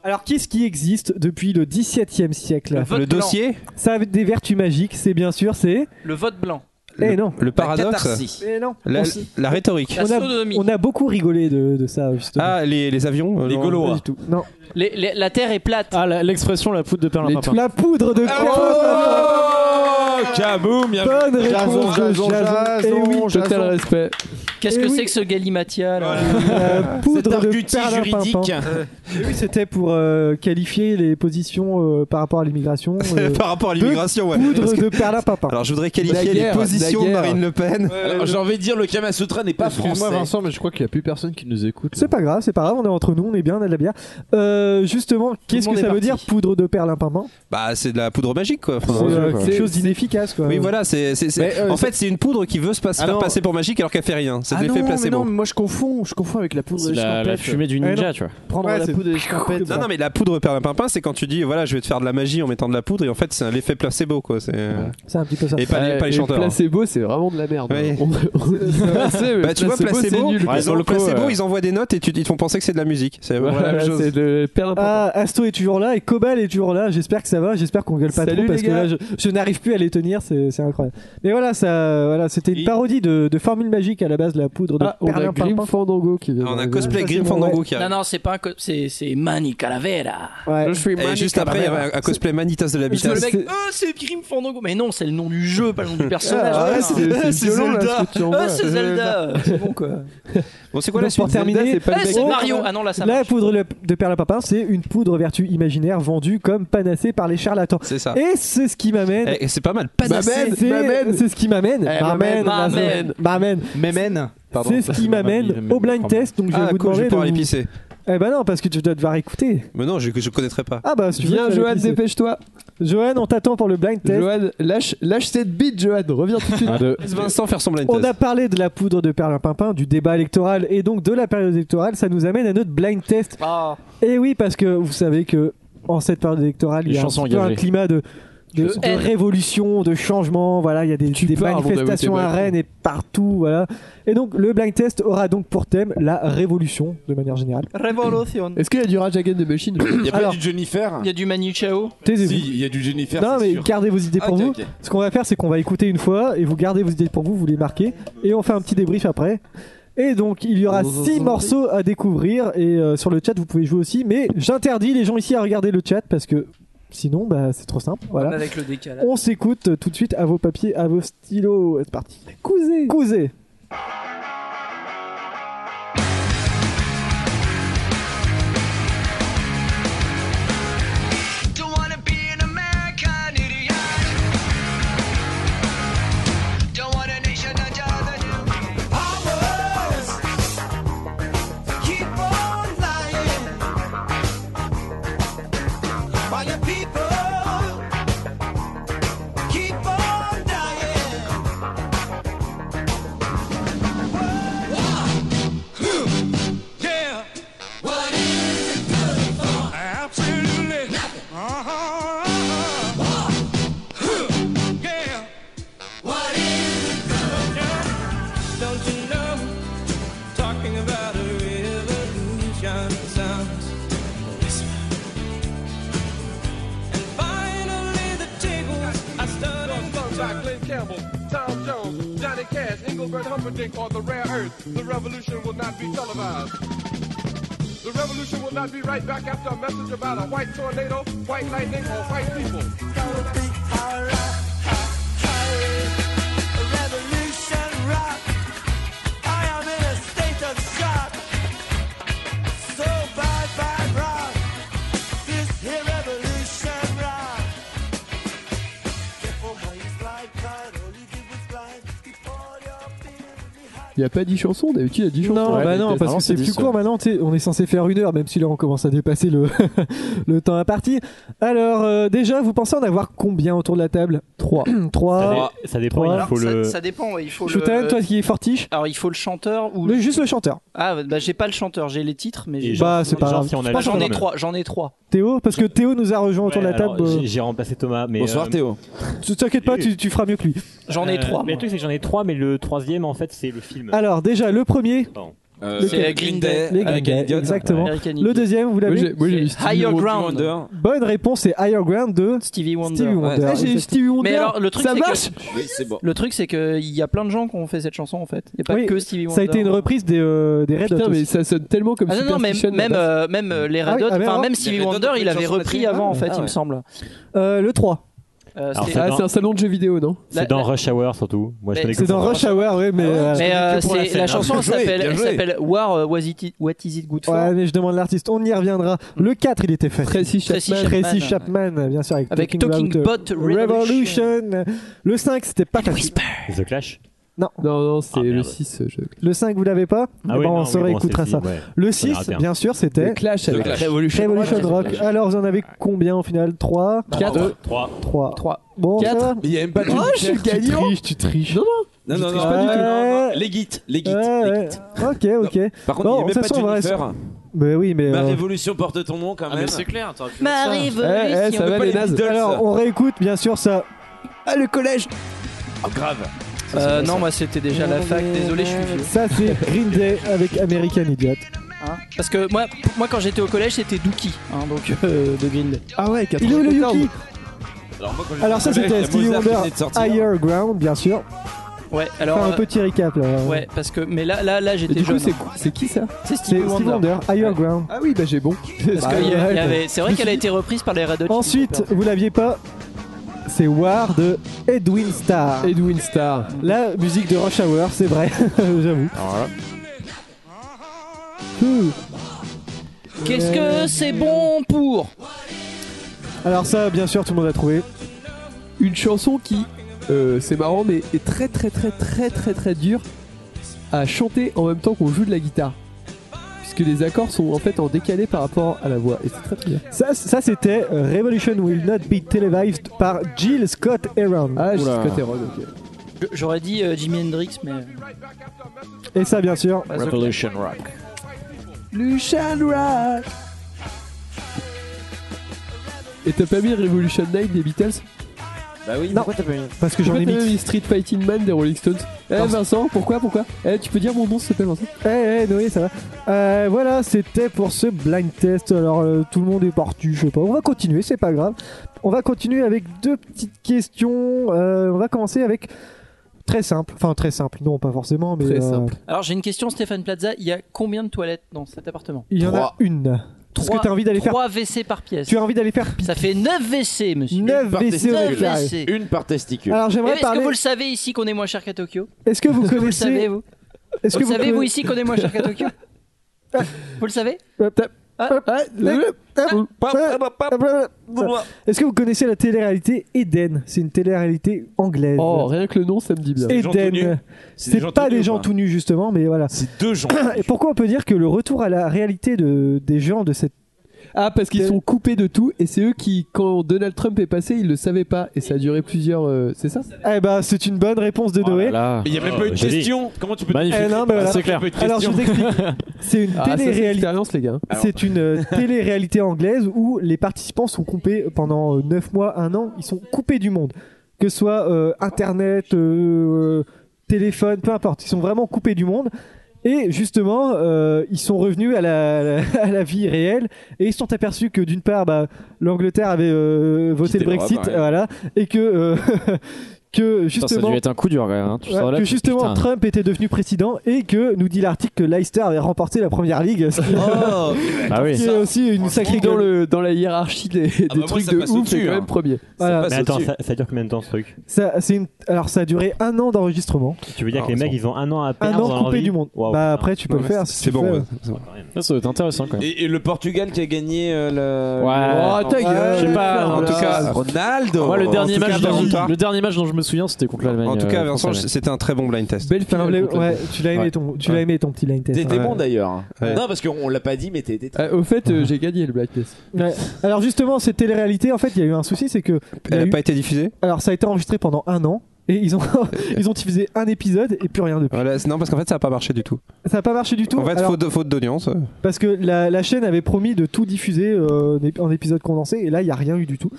Alors, qu'est-ce qui existe depuis le XVIIe siècle
Le
là
vote
Le
blanc.
dossier
Ça a des vertus magiques, c'est bien sûr, c'est.
Le vote blanc.
Eh non.
Le paradoxe
catharsis.
Eh non.
La,
On s-
la rhétorique
La
On a-
sodomie.
On a beaucoup rigolé de, de ça, justement.
Ah, les, les avions euh,
Les
non.
Gaulois.
Pas du tout. Non.
Les- les- la terre est plate.
Ah, la- l'expression la poudre de Perlimpinpin.
La poudre de
Ah, Oh, kaboum, bien
Bonne
Jason,
réponse de
Jason,
Jason.
Jason,
Eh oui,
Jason.
Total respect.
Qu'est-ce
eh
que
oui.
c'est que ce galimatia là
la
Cet
poudre de
arguti
perlimpinpin.
juridique.
Eh Oui, c'était pour euh, qualifier les positions euh, par rapport à l'immigration. euh,
Par rapport à l'immigration, ouais. Parce
poudre
que-
de perlimpinpin.
Alors, je voudrais qualifier
guerre,
les positions
la
de
guerre.
Marine Le Pen.
Euh, Alors, J'ai envie de dire, le Kama Sutra n'est pas
Excuse-moi
français.
Vincent, mais je crois qu'il n'y a plus personne qui nous écoute.
C'est pas grave, c'est pas grave, on est entre nous, on est bien, on a de la bière. Euh, justement, qu'est-ce
monde
que ça
est
veut
parti.
dire poudre de perlimpinpin
Bah, c'est de la poudre magique, quoi. Enfin,
C'est euh,
quoi.
quelque chose d'inefficace, quoi.
oui, voilà, c'est. c'est- c'est-
Mais, euh,
en
c'est-
fait, c'est une poudre qui veut se pas- se
Ah
faire
non.
passer pour magique alors qu'elle fait rien. C'est de
Ah
l'effet
non, mais non,
placebo.
mais moi je confonds, je confonds avec la poudre
C'est
de
la, la fumée
Eh
du
Ouais,
ninja, tu vois.
Prendre
Ouais,
la
c'est-
poudre d'escampette.
Non, non, mais la poudre perlimpinpin, c'est quand tu dis, voilà, je vais te faire de la magie en mettant de la poudre, et en fait, c'est un- l'effet placebo, quoi. c'est- euh,
C'est un petit peu ça.
Et pas, les,
Ouais,
pas les
et
chanteurs. hein.
Placebo, c'est vraiment de la merde.
Oui.
On- on- c'est-
Bah, tu vois, placebo,
c'est nul.
ils
Ouais,
ont
dans
le
le coup,
placebo,
ouais.
ils envoient des notes et tu, ils te font penser que c'est de la musique. C'est voilà, la
Voilà,
même chose.
c'est de perdre un peu.
Ah, Asto est toujours là et Cobal est toujours là. J'espère que ça va. J'espère qu'on gueule pas
Salut,
trop parce
les
que
gars.
là, je, je n'arrive plus à les tenir. C'est c'est incroyable. Mais voilà, ça, voilà, c'était une
Et-
parodie de, de formule magique à la base, la poudre de
Ah, on a
perlimpinpin.
Grim Fandango qui vient.
Ah, On a
d'arriver.
cosplay
ça, c'est
Grim
bon,
Fandango qui
Non,
arrive.
non, c'est pas un. co- C'est c'est Manny Calavera.
Ouais.
Je suis
Et juste après, il y avait un- un cosplay Manitas de
Parce que
l'habitat.
le mec,
c'est-
euh, c'est Grim Fandango. Mais non, c'est le nom du jeu, pas le nom du personnage.
Ah ouais,
Ah,
c'est c'est
c'est
violent là,
Zelda.
ce que tu
Ah,
envoies.
c'est Zelda. Eh, C'est bon quoi.
Bon, c'est quoi la
Donc, pour
suite
terminer,
Zelda, c'est pas
Ah,
le mec.
c'est
Oh,
Mario.
ouais.
Ah non, là ça
La
marche.
poudre le- de perlimpinpin, c'est une poudre vertu imaginaire vendue comme panacée par les charlatans.
C'est ça.
Et c'est ce qui m'amène.
Et c'est pas mal. Pas
C'est-
M'amène, m'amène.
C'est ce qui m'amène.
Eh,
M'amène.
m'amène,
M'amène. M'amène.
Mémène. Pardon,
C'est
ça,
ce qui
ma mamie,
m'amène
Mémène.
au blind test. Donc je vais
Ah,
vous
cool, je vais
demander.
pouvoir
de
aller
vous-
pisser.
Eh ben non, parce que tu dois devoir écouter.
Mais non, je, je connaîtrais pas.
Ah bah, si tu veux,
Viens,
tu vas aller
Johan,
pisser.
dépêche-toi.
Johan, on t'attend pour le blind test.
Johan, lâche, lâche cette bite, Johan. Reviens tout de suite.
Un, deux.
Laisse Vincent faire son blind
On
test.
a parlé de la poudre de perlimpinpin, du débat électoral et donc de la période électorale. Ça nous amène à notre blind test.
Ah.
Et oui, parce que vous savez que en cette période électorale, il y
Les
a un,
chansons
petit peu un
engagées.
climat de, de,
Je-
de révolution, de changement. Voilà, il y a des,
Tu
des
pars avant d'avoir
manifestations
été
à
Macron.
Rennes et partout. Voilà. Et donc le blind test aura donc pour thème la révolution de manière générale.
Révolution.
Est-ce qu'il y a du Rage Again de Machine
Il y a pas
Alors-
du Jennifer
Il y a du Manu Chao.
Taisez-vous.
Si, il y a du Jennifer.
non,
c'est
mais
sûr.
gardez vos idées pour
Ok,
vous.
ok.
Ce qu'on va faire, c'est qu'on va écouter une fois et vous gardez vos idées pour vous, vous les marquez et on fait un petit débrief après. Et donc, il y aura six morceaux à découvrir et euh, sur le chat, vous pouvez jouer aussi. Mais j'interdis les gens ici à regarder le chat parce que sinon, bah, c'est trop simple. Voilà.
Avec le décalage.
On s'écoute euh, tout de suite à vos papiers, à vos stylos. C'est parti. Cousé. Cousé.
Don't wanna be an American idiot. Don't want a nation under the new powers. Keep on lying. While your people keep on dying. Fred Humperdinck or the rare earth, the revolution will not be televised. The revolution will not be right back after a message about a white tornado, white lightning, or white people.
Il n'y a pas 10 chansons, d'habitude il y a 10 chansons.
Non,
Ouais,
bah
mais
non,
t'es-
parce
avant,
que c'est
c'est
plus
10,
court
ouais.
maintenant. tu sais, On est censé faire une heure, même si là on commence à dépasser le, le temps imparti. Alors, euh, déjà, vous pensez en avoir combien autour de la table 3. 3.
Ça, dé- ça dépend,
trois.
il faut
ça,
le.
ça dépend, ouais, il faut
Shootan,
le...
toi qui est fortiche.
Alors il faut le chanteur ou...
Mais juste le chanteur.
Ah bah j'ai pas le chanteur, j'ai les titres, mais j'ai...
Et
Bah, c'est pas
genre,
grave.
si on a
Ah, J'en
le-
ai trois, j'en ai trois.
Théo, parce que Théo nous a rejoint autour de la
Ouais, alors,
table. euh,
j'ai- J'ai remplacé Thomas. Mais
Bonsoir
euh,
Théo.
tu- T'inquiète pas, tu, tu feras mieux que lui.
J'en ai
euh,
trois. moi.
Mais le truc, c'est que j'en ai trois, mais le troisième, en fait, c'est le film.
Alors, déjà, le premier,
euh,
C'est Green Day.
les
Avec
Green Day,
Elliot.
exactement.
Eric Haney.
Le deuxième, vous
Moi,
l'avez
j'ai- moi, j'ai
C'est
vu
Higher Ground.
Wonder.
Bonne réponse, c'est Higher Ground de
Stevie Wonder.
Stevie Wonder.
Ouais,
Ah, j'ai Stevie Wonder.
Mais alors le truc
ça
c'est que-
marche
Oui, c'est bon.
Le truc, c'est qu'il y a plein de gens qui ont fait cette chanson en fait. Il n'y a pas
Oui,
que Stevie Wonder.
Ça a été une reprise des, euh, des Red Hot.
Putain,
aussi.
mais ça sonne tellement comme
Ah non, non, même,
Superstition,
même,
là-bas.
euh, même euh, les
Ah oui,
Red Hot,
ah oui,
enfin
alors
même
Les
Stevie
Red Hot
Wonder,
ont fait
il
une
avait
chanson
repris
là-dessus
avant en
Ah
fait,
ouais.
il me semble.
Euh, le 3.
Euh,
Alors,
c'était-
ça-
Ah, c'est un salon de jeux vidéo, non
la-
C'est dans
la-
Rush Hour surtout. Moi, je connais que
C'est dans
ça.
Rush Hour, ouais, mais. euh,
Mais euh,
que pour la
c'est-
scène,
la
hein.
chanson elle
Bien joué,
s'appelle
bien
elle
joué.
s'appelle War uh, Was It What Is It Good For.
Ouais, mais je demande l'artiste, on y reviendra. Le 4, il était facile.
Tracy
euh, Mm. Tracy
Chapman.
Chapman.
Tracy Chapman, bien sûr, avec,
Avec Talking
About,
Bot
euh,
Revolution.
Revolution. Le 5, c'était pas facile.
The Clash.
Non, non, c'est
Ah,
le
merde.
6. Je...
Le 5, vous l'avez pas
Ah oui,
Bon,
non,
On
oui,
se
bon,
réécoutera
c'est
ça.
le film, ouais.
Le
Ça ira
6,
bien.
bien sûr, c'était
Le Clash
The
avec
Clash.
Revolution.
Revolution Rock. Alors, vous en avez combien au final 3
4.
3.
3.
Trois.
Bon, ça
Quatre.
va
Mais il n'y a même pas de.
Oh, je suis gagnant
tu triches.
Non, non,
Non, non,
pas
non,
du
non,
tout.
non, non. Les guides, les guides.
Ouais,
les
ouais.
guides.
Ok, ok.
Par contre,
Bon,
il n'y a
ça
même pas
sent, on va
Jennifer.
Mais oui, mais.
Ma
euh,
révolution porte ton nom quand même.
clair,
Ma
Eh, eh,
révolution.
ça va
pas
les
les
nazes.
Beatles.
Alors, on réécoute, bien sûr, ça.
Ah, le collège
Ah, grave.
Euh, Non, moi c'était déjà la fac. Désolé, je suis vieux.
Oh, Ça, c'est Green Day avec American Idiot.
hein. Parce que moi, moi quand j'étais au collège, c'était Dookie, hein, donc euh, de Green Day.
Ah ouais,
Il est où le
94.
Yuki
Alors, moi, quand j'étais
Alors ça
au collège, il
c'était
y a
Stevie
Mozart qui
Wonder,
venait de sortir.
Higher Ground bien sûr.
Ouais.
Faire
Alors
un
euh,
petit recap là.
ouais, parce que mais là, là, là,
Et
j'étais
du coup,
jeune.
c'est
hein.
c'est qui ça
C'est
C'est
Stevie
Stevie
Wonder.
Wonder, Higher Ground.
Ah oui, bah j'ai bon.
Parce que
Ah,
il y a- il y
ouais.
avait- C'est vrai qu'elle a été reprise par les Red Hot. Chili
Ensuite,
Peppers.
vous l'aviez pas, c'est War de Edwin Starr.
Edwin Starr.
La musique de Rush Hour, c'est vrai, j'avoue.
Ah,
Ouh.
Qu'est-ce que c'est bon pour
Alors ça, bien sûr, tout le monde a trouvé.
Une chanson qui, euh, c'est marrant, mais est très très très très très très dure à chanter en même temps qu'on joue de la guitare. Puisque les accords sont en fait en décalé par rapport à la voix. Et c'est très très bien.
Ça, ça c'était euh, Revolution Will Not Be Televised par Jill Scott Heron.
Ah, je suis
Oula.
Scott Heron, ok.
J'aurais dit euh, Jimi Hendrix, mais
Et ça, bien sûr,
Revolution Rock.
Lucian Rock Et t'as pas mis Revolution Night des Beatles
Bah oui,
Non.
pourquoi t'as pas mis
parce que j'en ai
Pourquoi t'as
mis.
pas mis Street Fighting Man des Rolling Stones Eh
Non.
Vincent, pourquoi Pourquoi Eh tu peux dire mon nom s'il te plaît Vincent
Eh, eh, Noé, ça va. Euh, voilà, c'était pour ce blind test. Alors, euh, tout le monde est parti, je sais pas. On va continuer, c'est pas grave. On va continuer avec deux petites questions. Euh, on va commencer avec très simple. Enfin, très simple, non, pas forcément, mais.
Très
euh,
simple.
alors j'ai une question, Stéphane Plaza. Il y a combien de toilettes dans cet appartement
Il y en a
Trois.
une. Parce que
Trois-
t'as envie d'aller faire.
Trois WC par pièce.
Tu as envie d'aller faire
Ça fait 9 WC, monsieur.
9
par
WC au
testicule.
mètre carré.
WC.
Une par testicule.
Alors,
Eh,
j'aimerais
Est-ce que
parler.
vous le savez ici qu'on est moins cher qu'à Tokyo
Est-ce que vous
Vous le savez,
connaissez.
vous
Est-ce
Vous le savez, vous
conna-
ici qu'on est moins cher qu'à Tokyo Vous le savez Ah,
Est-ce que vous connaissez la télé-réalité Eden C'est une télé-réalité anglaise.
Oh rien que le nom ça me dit bien.
des gens tout nus
Eden.
des
C'est
gens
pas
tout nus
des
ou
gens
pas
tout nus justement, mais voilà.
C'est deux gens.
Et pourquoi on peut dire que le retour à la réalité de, des gens de cette.
Ah, parce qu'ils
Quel-
sont coupés de tout et c'est eux qui, quand Donald Trump est passé, ils le savaient pas et ça a duré plusieurs. euh, c'est ça
Eh bah, c'est une bonne réponse de
Ah
Noé.
Mais il n'y a même pas eu de
joli.
question. Comment tu peux te
Eh
Magnifique.
non, mais voilà.
C'est clair.
Alors, je vous explique. C'est une
Ah, ça, c'est
télé-réalité.
l'expérience, les gars.
Alors-
C'est une euh, télé-réalité anglaise où les participants sont coupés pendant 9 mois, 1 an, ils sont coupés du monde. Que ce soit euh, internet, euh, euh, téléphone, peu importe, ils sont vraiment coupés du monde. Et justement, euh, ils sont revenus à la, à la vie réelle et ils se sont aperçus que d'une part, bah, l'Angleterre avait euh, voté
Quitté
le Brexit,
l'Europe, ouais.
voilà, et que euh, que
Putain, ça a
justement
dû être un coup dur, quand même, hein. Tu
Ouais,
sors là,
que
tu-
justement
putain.
Trump était devenu président et que nous dit l'article que Leicester avait remporté la première ligue.
Oh,
ce qui-
Ah oui.
qui est aussi une sacrée
Dans,
gueule.
le, dans la hiérarchie des, des
bah moi,
trucs
ça
de
passe
ouf, c'est
au-dessus,
quand même
hein.
premier.
Voilà,
Mais attends,
au-dessus.
ça, ça dure combien de temps ce truc
ça, c'est une... Alors ça a duré un an d'enregistrement,
Tu veux dire
Ah,
que les
on
mecs ils ont un an à
un
perdre dans
an
leur
coupé
vie
du monde.
Waouh.
Bah après tu peux
Non,
le
mais
faire. si
C'est
tu le
bon.
fais.
ouais, c'est bon.
Quand même.
Ça, ça doit être intéressant quand même.
Et, et le Portugal qui a gagné euh, le.
Ouais.
Oh, ta gueule.
Je sais pas,
En
hein.
voilà.
tout cas, Ronaldo.
Moi, le
en
dernier,
tout cas,
match dont,
Valentin.
le dernier match dont je me souviens, c'était contre l'Allemagne.
En tout cas,
euh,
Vincent,
contre l'Allemagne.
c'était un très bon blind test.
Belle
Enfin,
finale.
le- ouais, tu l'as aimé ton, tu l'as
Ouais.
aimé ton petit line test.
T'étais
Ouais.
bon d'ailleurs.
Ouais.
Non, parce qu'on l'a pas dit, mais t'étais.
Euh, au fait, euh, j'ai gagné le Black Test.
Ouais. Alors justement, cette télé-réalité, en fait, il y a eu un souci, c'est que il y a
Elle
eu-
n'a pas été diffusée
alors ça a été enregistré pendant un an. Et ils ont, ils ont diffusé un épisode et plus rien depuis.
Voilà, c'est- Non, parce qu'en fait, ça n'a pas marché du tout.
Ça n'a pas marché du tout.
En fait,
Alors,
faute, faute d'audience.
Parce que la, la chaîne avait promis de tout diffuser euh, en ép- en épisode condensé, et là, il n'y a rien eu du tout.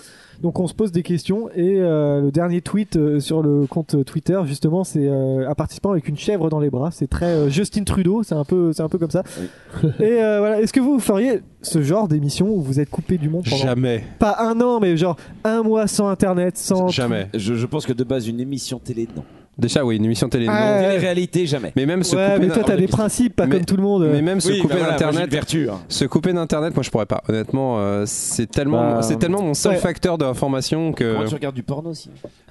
Donc on se pose des questions, et euh, le dernier tweet euh, sur le compte Twitter, justement, c'est euh, un participant avec une chèvre dans les bras. C'est très euh, Justin Trudeau, c'est un, peu- c'est un peu comme ça. et euh, voilà, est-ce que vous feriez ce genre d'émission où vous êtes coupé du monde pendant...
Jamais.
Pas un an, mais genre un mois sans Internet, sans...
Jamais.
Je, je pense que de base, une émission télé, non.
Déjà, oui, une émission télé. non.
Ah, ouais.
Télé-réalité, jamais.
Mais même se
Ouais, mais
couper
toi,
d'in-
t'as des principes, pas
Mais-
comme tout le monde.
mais même se
bah
couper
bah
d'internet,
vertu. hein.
se couper d'internet, moi je pourrais pas. Honnêtement, euh, c'est tellement,
Bah,
c'est tellement mon seul
ouais.
facteur d'information
Comment
que.
tu regardes du porno aussi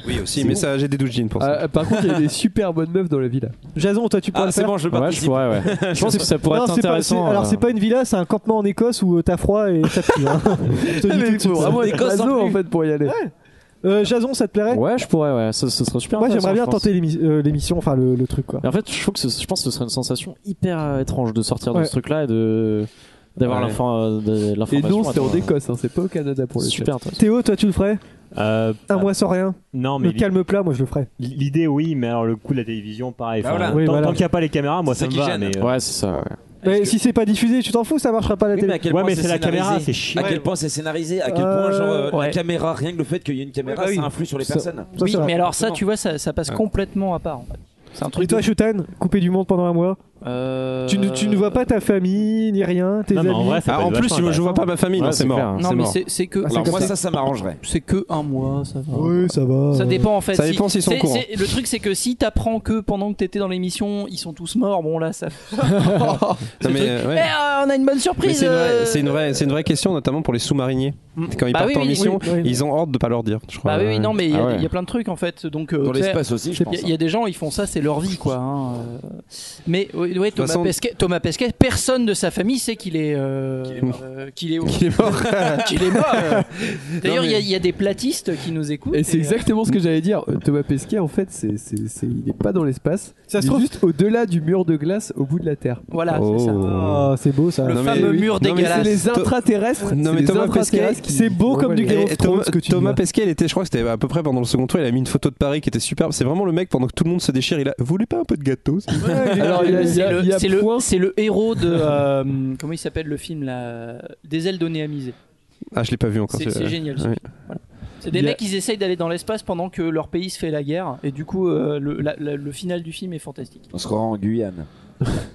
Oui aussi, mais ça, j'ai des douches jeans pour ça.
Ah, par contre, il y a des super bonnes meufs dans la ville.
Jason, toi, tu pourrais le faire
bon, je
Ouais, je pourrais, ouais. Je pense que ça pourrait
Non,
être
c'est pas-
intéressant.
c'est- alors
euh.
c'est pas une villa, c'est un campement en Écosse où euh, t'as froid et ça pue. hein. Je te dis tout de suite.
Vraiment être
Écosse en
oiseau,
plus.
en fait pour y aller.
Euh, Jason, ça te plairait
Ouais, je pourrais, ouais. Ça, ça serait super
Moi,
intéressant,
j'aimerais bien
je pense.
tenter l'émi- euh, l'émission, enfin le, le truc quoi.
Mais en fait, je trouve que ce- je pense que ce serait une sensation hyper euh, étrange de sortir de
Ouais.
ce truc-là et de d'avoir
Ouais.
l'info- euh, de- de
Et
l'information.
non, c'était en
attends,
Écosse, hein, c'est pas au Canada pour le
Super intéressant.
Théo, toi, tu le ferais
Euh,
Un mois sans rien.
Non, mais
Le calme plat, moi, je le ferais.
l'i- l'idée, oui, mais alors le coup de la télévision, pareil.
Bah
enfin,
voilà.
Tant,
Oui, voilà.
tant qu'il n'y a pas les caméras, moi
C'est
ça
ça
me
qui
va.
gêne.
Mais, euh,
Ouais, c'est ça. ouais.
Mais
Est-ce
si c'est pas diffusé, tu t'en fous, ça marchera pas à la
Oui, mais
télé.
à quel
Ouais,
point
mais c'est la
scénarisé
caméra, c'est chiant.
À quel point c'est scénarisé À quel
Euh,
point genre, euh,
ouais.
la caméra, rien que le fait qu'il y ait une caméra,
Ouais, bah oui.
ça influe sur les
Ça-
personnes.
Ça,
Oui,
ça va.
mais alors ça,
Exactement.
tu vois, ça, ça passe
Ouais.
complètement à part. En fait. C'est un
Et
truc.
toi,
de-
Shutan, coupé du monde pendant un mois
Euh,
tu, ne, tu ne vois pas ta famille, ni rien, tes
Non, mais en
amis.
vrai, ça
Ah,
peut
en
être
plus,
vachement
je vois pas ma famille,
Ouais,
non, c'est
c'est
mort.
clair.
c'est
Non, mais
mort.
c'est- c'est que
Alors
Ah, comme
moi,
ça.
ça, ça m'arrangerait.
c'est que un mois, ça va.
Oui, ça va.
Ça dépend en fait.
Euh, Ça dépend s'ils sont
c'est-
au courant.
c'est- Le truc c'est que si t'apprends que pendant que t'étais dans l'émission, ils sont tous morts, bon là ça.
Non, mais,
truc.
euh, ouais.
Eh, euh, on a une bonne
Mais
surprise.
c'est une,
euh.
vraie, c'est une vraie- c'est une vraie question, notamment pour les sous-mariniers.
Mm.
Quand ils
Bah
partent
oui,
en
oui,
mission,
Hmm. oui, oui.
ils ont ordre de pas leur dire. Je crois.
Bah oui, oui, non, mais il y, a-
Ah ouais.
il y a plein de trucs en fait. Donc, euh,
Dans
tu sais,
l'espace aussi,
il
je
y a-
pense.
il y, a des gens, ils font ça, c'est leur vie quoi. hein, euh. Mais ouais, ouais, Thomas,
façon-
Pesquet, Thomas Pesquet, personne de sa famille sait qu'il est euh, euh, qu'il est au-
Il est mort.
qu'il est mort. euh. D'ailleurs,
Non, mais-
il y a- il y, a des platistes qui nous écoutent.
Et c'est
euh,
exactement ce que j'allais dire. Euh, Thomas Pesquet, en fait, c'est, c'est- c'est- il n'est pas dans l'espace.
Ça se
il est
trouve-
juste au-delà du mur de glace au bout de la Terre.
Voilà, c'est ça.
Oh.
Ah, c'est beau ça.
Le
Non, mais-
fameux
oui.
mur
Non, mais
dégueulasse.
C'est les
Tho-
intraterrestres.
Non,
c'est
mais
les
Thomas
intraterrestres
Pesquet,
qui-
c'est beau
Ouais,
comme du
ouais.
Game of
Et
Thrones,
Thomas,
ce que tu
Thomas
dis.
Pesquet, il était, je crois que c'était à peu près pendant le second tour, il a mis une photo de Paris qui était superbe. C'est vraiment le mec pendant que tout le monde se déchire, il a. Vous voulez pas un peu de gâteau s'il vous plaît
Ah,
Alors, il y a, il y
C'est
a-
le,
il y a
c'est le-
point.
c'est le héros de. euh, comment il s'appelle le film là Des ailes données à miser.
Ah, je l'ai pas vu encore.
C'est c'est
celui-là.
génial. ce
Ouais.
film. Voilà. C'est des
Il y a-
mecs, ils essayent d'aller dans l'espace pendant que leur pays se fait la guerre. Et du coup, euh, le, la- la- le final du film est fantastique.
On se rend en Guyane.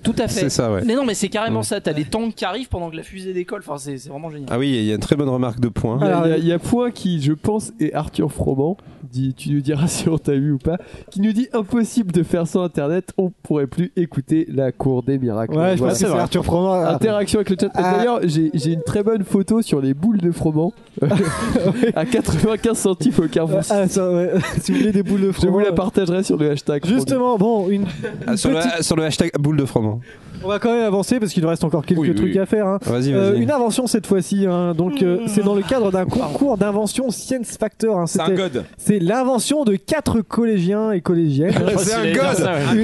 Tout à
C'est
fait.
ça, ouais.
Mais non, mais c'est carrément ça. T'as des tanks qui arrivent pendant que la fusée décolle. Enfin, c'est c'est vraiment génial.
Ah oui, il y a une très bonne remarque de Euh, point.
Il y a-
Alors,
il y, a- il y a Point qui, je pense, et Arthur Froment, dit, tu nous diras si on t'a vu ou pas, qui nous dit impossible de faire sans Internet, on pourrait plus écouter la cour des miracles.
Ouais, je
Voilà.
pense que c'est Arthur Froment.
Interaction avec le chat. Et
Ah.
D'ailleurs, j'ai j'ai une très bonne photo sur les boules de Froment à 95 centimes au Carrefour.
Ah, ça, ouais. si vous voulez des boules de
Je vous
Froment.
la partagerai sur le hashtag.
Justement, bon, une
Ah, sur, le, sur le hashtag boule de froment.
On va quand même avancer parce qu'il nous reste encore quelques
Oui, oui,
trucs
oui.
à faire. hein.
Vas-y, vas-y.
Euh, une invention cette fois-ci, hein. donc euh, c'est dans le cadre d'un concours d'invention Science Factor. hein.
C'est un
C'était-
god.
C'est l'invention de quatre collégiens et collégiennes.
C'est un god
Une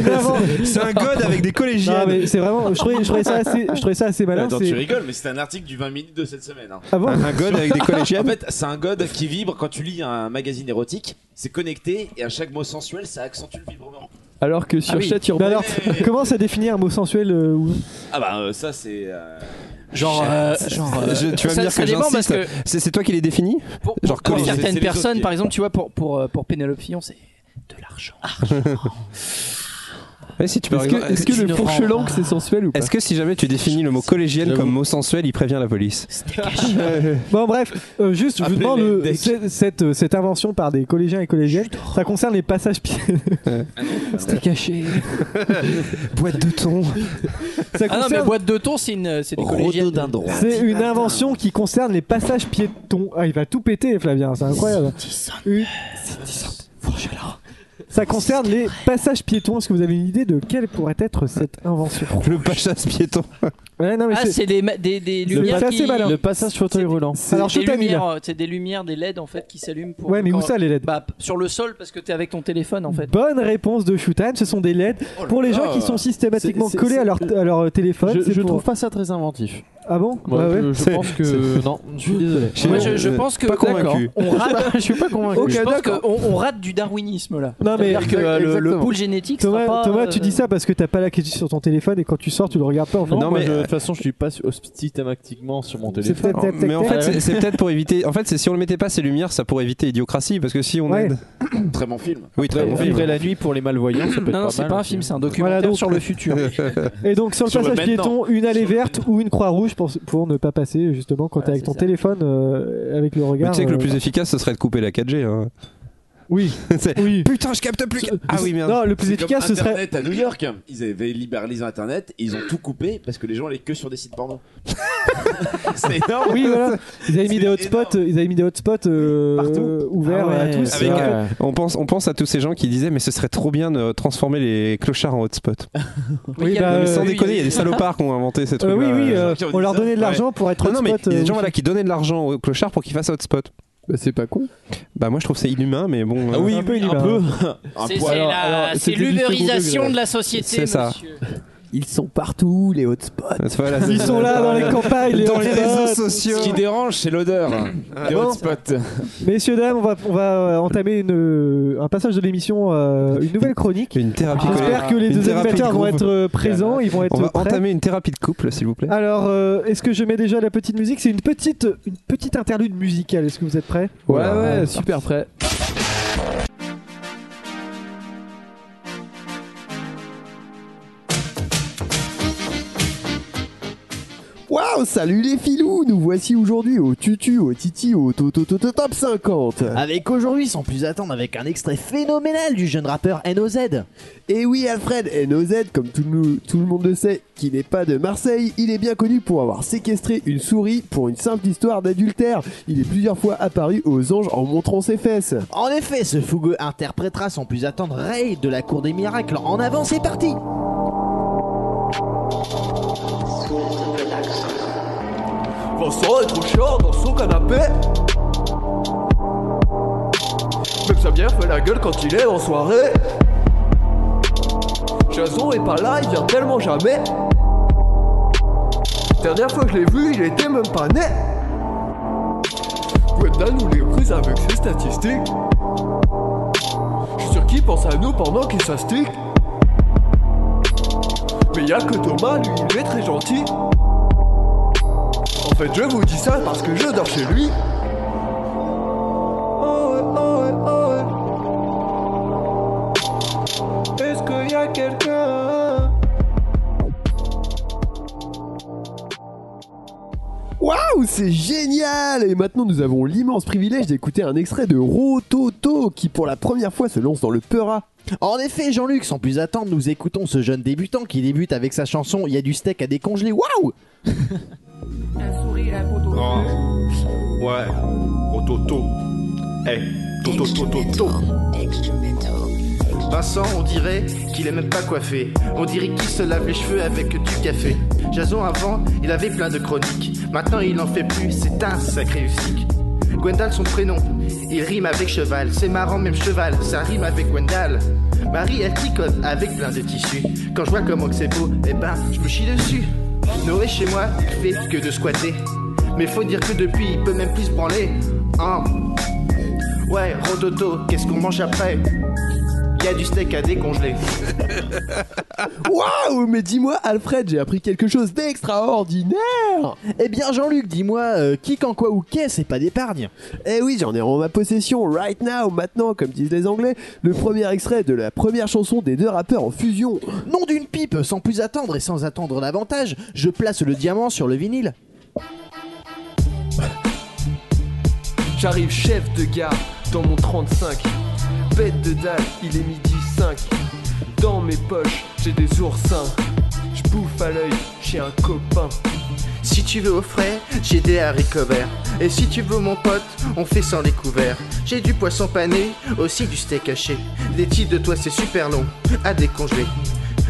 inven-
C'est un god avec des
Non,
collégiens
mais c'est vraiment, je trouvais, je trouvais ça assez, je trouvais ça assez malin.
Attends,
Ah c'est-
tu rigoles, mais c'est un article du 20 minutes de cette semaine. hein.
Ah bon
Un god avec des
Ah
En
collégiennes
fait, c'est un god qui vibre quand tu lis un magazine érotique. C'est connecté et à chaque mot sensuel, ça accentue le vibrement.
Alors que sur
Ah oui.
chat
Mais
urbain,
alors, comment ça définir un mot sensuel euh, ou non
Ah bah euh, ça c'est. euh,
Genre, euh, genre. euh,
Je- tu vas
ça-
me dire
ça
que
dépend parce
j'insiste.
que
C'est c'est toi qui les définis
pour,
Genre
pour
collégial.
C'est- c'est les
certaines
autres
personnes,
qui-
Ah, par exemple, tu vois, pour pour euh, pour Pénélope Fillon, c'est de l'argent.
Mais si tu peux
Est-ce que-
raison-
est-ce que
tu
le
ne
fourche
rends-
langue,
Ah.
c'est sensuel ou pas
Est-ce que si jamais tu définis le mot collégienne
J'avoue.
comme mot sensuel, il prévient la police
Bon bref, euh, juste je vous
Appelez
demande
les
euh,
decks.
cette, cette, euh, cette invention par des collégiens et collégiennes, ça concerne les passages pieds.
C'était caché.
Boîte de thon.
Ça
ah non, mais
concerne-
boîte de thon, c'est une, c'est des collégiennes.
C'est une invention qui concerne les passages piétons. Ah, il va tout péter, Flavien, c'est incroyable. Une- Ça concerne les passages piétons. Est-ce que vous avez une idée de quelle pourrait être cette invention
Le passage piéton.
Ouais, non, mais
Ah, c'est des, ma- des, des lumières.
c'est assez
qui...
malin. Le
passage fauteuil roulant.
Alors, je
des
t'annule.
lumières, euh, c'est des lumières, des LED en fait qui s'allument pour.
Ouais, mais où
quand-
ça, les LED
Bah, p- sur le sol parce que t'es avec ton téléphone en fait.
Bonne réponse de Shootan, ce sont des LED.
Oh là
pour les gens
là.
qui sont systématiquement
C'est- c'est-
collés à leur, à leur téléphone,
Je,
c'est
je
pour-
trouve pas ça très inventif.
Ah bon
Moi,
Ah ouais.
je, je
C'est-
pense que
c'est-
non, je suis désolé.
Moi, je, je pense que
Pas convaincu.
on rate.
Je suis pas convaincu.
je pense
d'accord.
qu'on on rate du darwinisme là.
Non, Ah, mais-
C'est-à-dire que euh, le, le
Exactement.
pool génétique. sera
Thomas,
pas,
Thomas,
euh,
tu dis ça parce que t'as pas la question sur ton téléphone et quand tu sors, tu le regardes pas en fait.
Non, mais de toute façon, je suis pas su- systématiquement sur mon
C'est
téléphone.
peut-être-
Mais en fait, c'est- c'est
Ouais.
peut-être pour éviter. En fait, c'est si on ne mettait pas ces lumières, ça pourrait éviter idiocratie. Parce que si on
Ouais.
aide.
Très bon film.
Oui, très bon
Après,
film.
après la nuit pour les malvoyants, ça peut être
Non, non,
pas
c'est
mal hein.
pas un
aussi.
film, c'est un documentaire
Voilà, donc-
sur le futur.
Et donc sur le
Sur le
passage
maintenant.
piéton, une allée verte ou une croix rouge pour, pour ne pas passer justement quand t'es avec ton téléphone euh, avec le
Mais
regard.
tu sais que le plus
euh,
efficace, ce serait de couper la 4G. hein.
Oui.
C'est-
oui.
Putain, je capte plus. Ah oui, merde.
Non, le plus
C'est
efficace,
comme
ce serait.
Internet à New York, ils avaient libéralisé Internet et ils ont tout coupé parce que les gens allaient que sur des sites porno. c'est énorme.
Oui, voilà. Ils avaient mis des hotspots, ils avaient mis des hotspots euh, ouverts
Ah
à
ouais,
tous.
avec,
Et en fait,
euh, on, pense, on pense à tous ces gens qui disaient, mais ce serait trop bien de transformer les clochards en hotspot.
Oui, bah,
Non, mais sans
euh,
déconner, il y a
oui.
des salopards qui ont inventé ces
Euh,
trucs.
oui, oui, euh, on leur donnait de l'argent pour être
Non, non, mais
hotspot,
il y a
euh,
des gens
oui.
voilà, qui donnaient de l'argent aux clochards pour qu'ils fassent hotspot.
Bah, c'est pas con.
Bah, moi je trouve que c'est inhumain, mais bon.
Ah
euh,
oui, Un peu oui, inhumain. un peu.
Un
C'est-
poil.
c'est
Alors,
la-
alors,
C'est
c'était du second
l'ubérisation
degré.
de la société.
C'est ça.
monsieur.
Ils sont partout, les hotspots.
Voilà, euh, c'est-
Ils sont là dans les campagnes, les
dans les
hotspots.
réseaux sociaux.
Ce qui dérange, c'est l'odeur des
bon
hotspots.
Messieurs, dames, on va, on va euh, entamer une, euh, un passage de l'émission, euh, une nouvelle chronique.
Une thérapie.
J'espère
colère.
que les
Une
deux
thérapie
animateurs
de
vont
groupe.
être euh, présents, ils vont être
On va
prêts.
entamer une thérapie de couple, s'il vous plaît.
Alors, euh, est-ce que je mets déjà la petite musique C'est une petite, une petite interlude musicale. Est-ce que vous êtes prêts
Ouais, ouais, super prêt. Waouh, salut les filous, nous voici aujourd'hui au tutu, au titi, au to- to- to- to- top 50.
Avec aujourd'hui, sans plus attendre, avec un extrait phénoménal du jeune rappeur NOZ.
Et oui Alfred, NOZ, comme tout, nous- tout le monde le sait, qui n'est pas de Marseille, il est bien connu pour avoir séquestré une souris pour une simple histoire d'adultère. Il est plusieurs fois apparu aux anges en montrant ses fesses.
En effet, ce fougueux interprétera sans plus attendre Ray de la Cour des Miracles. En avant, c'est parti
Vincent est trop chiant dans son canapé. Même ça bien fait la gueule quand il est en soirée. Jason est pas là, il vient tellement jamais. Dernière fois que je l'ai vu, il était même pas né. Gwenda nous les prise avec ses statistiques. Je suis sûr qu'il pense à nous pendant qu'il s'astique. Mais y'a que Thomas, lui, il est très gentil. En fait, je vous dis ça parce que je dors chez lui. Oh ouais, oh ouais, oh ouais. Est-ce qu'il y a quelqu'un
Waouh, c'est génial Et maintenant, nous avons l'immense privilège d'écouter un extrait de Rototo qui, pour la première fois, se lance dans le Peura.
En effet, Jean-Luc, sans plus attendre, nous écoutons ce jeune débutant qui débute avec sa chanson Il y a du steak à décongeler. Waouh
Oh. Ouais. Oh, Toto. Hey. Toto, Toto, Toto.
Vincent, on dirait qu'il est même pas coiffé. On dirait qu'il se lave les cheveux avec du café. Jason, avant, il avait plein de chroniques. Maintenant, il en fait plus, c'est un sacré usique. Gwendal, son prénom, il rime avec cheval. C'est marrant, même cheval, ça rime avec Gwendal. Marie, elle tricote avec plein de tissus. Quand je vois comment que c'est beau, eh ben, je me chie dessus. Noé, chez moi, il fait que de squatter. Mais faut dire que depuis, il peut même plus se Oh. branler. Hein. Ouais, Rototo, qu'est-ce qu'on mange après Il y a du steak à décongeler.
Waouh Mais dis-moi, Alfred, j'ai appris quelque chose d'extraordinaire
Eh bien, Jean-Luc, dis-moi, euh, qui, quand, quoi ou qu'est, c'est pas d'épargne
Eh oui, j'en ai en ma possession, right now, maintenant, comme disent les Anglais, le premier extrait de la première chanson des deux rappeurs en fusion.
Nom d'une pipe, sans plus attendre et sans attendre davantage, je place le diamant sur le vinyle.
J'arrive chef de gare dans mon 35. Bête de dalle, il est midi 5. Dans mes poches, j'ai des oursins. Je bouffe à l'œil, j'ai un copain.
Si tu veux au frais, j'ai des haricots verts. Et si tu veux mon pote, on fait sans les couverts. J'ai du poisson pané, aussi du steak haché. Des titres de toi c'est super long, à décongeler.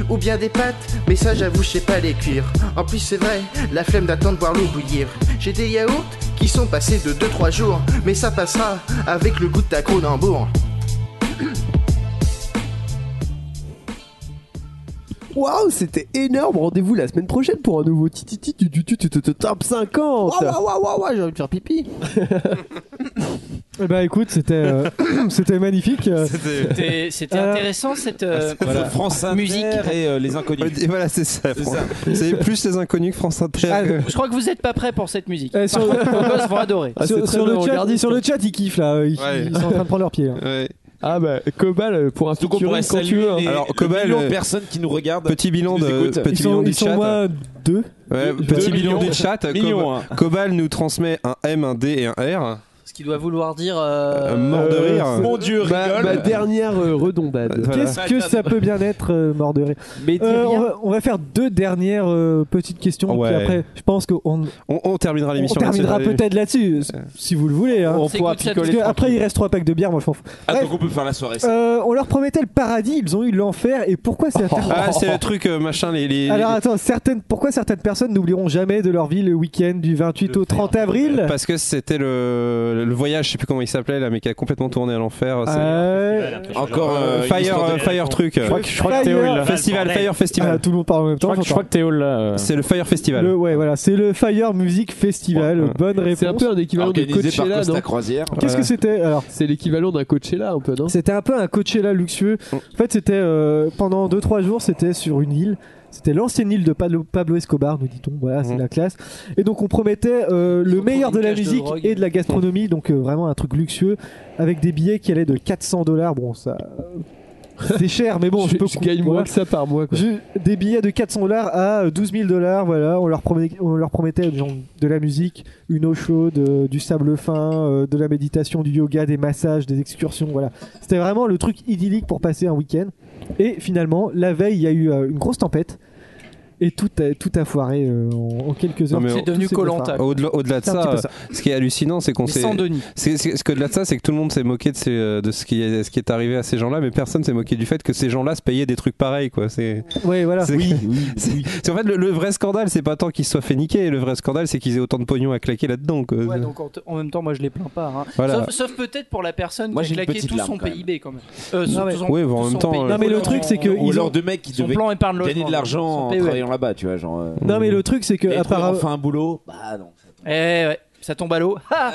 Ou bien des pâtes, mais ça j'avoue je sais pas les cuire. En plus c'est vrai, la flemme d'attendre voir l'eau bouillir. J'ai des yaourts qui sont passés de 2-3 jours, mais ça passera avec le goût de ta Cronenbourg.
Waouh, c'était énorme Rendez-vous la semaine prochaine pour un nouveau tititi du du- du- du- du- du- top 50
Waouh, waouh, waouh, waouh, j'ai envie de faire pipi
Eh ben écoute, c'était euh, c'était magnifique. euh.
C'était c'était
Euh,
intéressant cette euh,
France Inter
musique.
et les inconnus. voilà, c'est ça. Fran- C'est plus les inconnus que France Inter.
Ah,
que-
Je crois que vous n'êtes pas prêts pour cette musique.
Eh,
Par
sur-
contre, vos gosses vont adorer.
Ah,
sur,
c'est très
sur le chat,
avant-gardiste,
sur le chat, ils kiffent là. euh, Ils,
Ouais.
ils sont en train de prendre leurs pieds. là.
Ah bah, Cobal, euh, pour un
Tout qu'on pourrait
featuring quand tu
saluer
veux. hein.
les,
Alors,
le
Cobal,
million de
euh,
personnes qui nous regardent.
Petit bilan
qui nous
de
écoutent.
petit
Ils sont,
bilan du
ils sont
chat.
moins deux.
Ouais, petit bilan
millions.
du chat. Cob-
Millions, hein.
Cobal nous transmet un M, un D et un R.
Ce qui doit vouloir dire. euh,
Euh, mort de
Euh,
rire. Bah,
c'est-
Mon Dieu,
ma,
rigole.
ma dernière euh, redondade.
Euh, voilà.
Qu'est-ce que ça peut bien être, euh, mort de rire
Mais dis
Euh, on,
rien.
va, on va faire deux dernières euh, petites questions.
Ouais.
Puis après, je pense qu'on
On, on terminera
on
l'émission.
terminera
là-dessus.
peut-être là-dessus, s- si vous le voulez. hein.
On
Parce
pourra
que
picoler
Après,
tranquille.
il reste trois packs de bière, moi je m'en fous.
Ah,
Bref,
donc on peut faire la soirée. ça.
euh, on leur promettait le paradis, ils ont eu l'enfer, et pourquoi c'est
Ah, c'est le truc euh, machin les. les-
Oh. Alors attends, certaines, pourquoi certaines personnes n'oublieront jamais de leur vie le week-end du 28 au 30 avril
Parce que c'était le, le voyage, je sais plus comment il s'appelait là, mais qui a complètement tourné à l'enfer. c'est-
Ah, Euh,
Encore euh,
une
Fire,
histoire de-
euh, Fire truc.
Je crois que- je crois que Théo, il l'a.
Festival, Fire Festival.
Ah, tout le monde parle en même temps. j'entends.
Théo
euh.
là. C'est le Fire Festival.
Le- ouais, voilà, c'est le Fire Music Festival. Bonne euh, réponse.
C'est un peu un équivalent de
Organisé par
Coachella,
Costa
non
Croisière.
Qu'est-ce que c'était alors
C'est l'équivalent d'un Coachella un peu, non
C'était un peu un Coachella luxueux. En fait, c'était euh, pendant 2-3 jours, c'était sur une île. C'était l'ancienne île de Pablo, Pablo Escobar, nous dit-on. Voilà,
Mhm.
c'est la classe. Et donc, on promettait euh, le meilleur de la
cache de
musique
drogue.
et de la gastronomie. Donc, euh, vraiment un truc luxueux. Avec des billets qui allaient de 400 dollars. Bon, ça. C'est cher, mais bon,
je,
je peux
je gagne moins
voilà.
que ça par mois. Quoi.
Je- des billets de 400 dollars à euh, 12 000 dollars, voilà, on leur, promet- on leur promettait genre, de la musique, une eau chaude, euh, du sable fin, euh, de la méditation, du yoga, des massages, des excursions, voilà. C'était vraiment le truc idyllique pour passer un week-end. Et finalement, la veille, il y a eu euh, une grosse tempête et tout a, tout a foiré euh, en, en quelques heures.
Non, mais
Tout
C'est
devenu
s'est
Koh-Lanta.
défoiré.
Au-delà au-delà de
C'est un petit
ça,
peu
euh,
ça.
ce qui est hallucinant, c'est qu'on
Mais
s'est.
sans Denis.
c'est- c'est- Ce qu'au-delà de ça, c'est que tout le monde s'est moqué de, ces, euh, de ce, qui est, ce qui est arrivé à ces gens-là, mais personne s'est moqué du fait que ces gens-là se payaient des trucs pareils, quoi. C'est.
Ouais, voilà.
c'est- c'est- c'est- en fait, le, le vrai scandale, c'est pas tant qu'ils se soient fait niquer, le vrai scandale, c'est qu'ils aient autant de pognon à claquer là-dedans, quoi.
Ouais, donc en, t- en même temps, moi je les plains pas. hein.
Voilà.
Sauf, sauf peut-être pour la personne
Moi,
qui
j'ai
a
une
claqué
petite
tout
larme,
son
quand même.
PIB quand même. Euh,
Non,
son-
mais-
son-
Ouais, mais en
tout
même
son
temps,
PIB.
euh,
Non, mais le truc, c'est que
Son
Ou
ils
alors
ont-
de mecs qui devaient
plan épargne
gagner de l'argent en
PEL.
travaillant là-bas, tu vois. Genre, euh,
Non, mais le truc, c'est que
et trouver
apparemment.
enfin un boulot Bah non.
Eh ouais, ça tombe à l'eau. Ah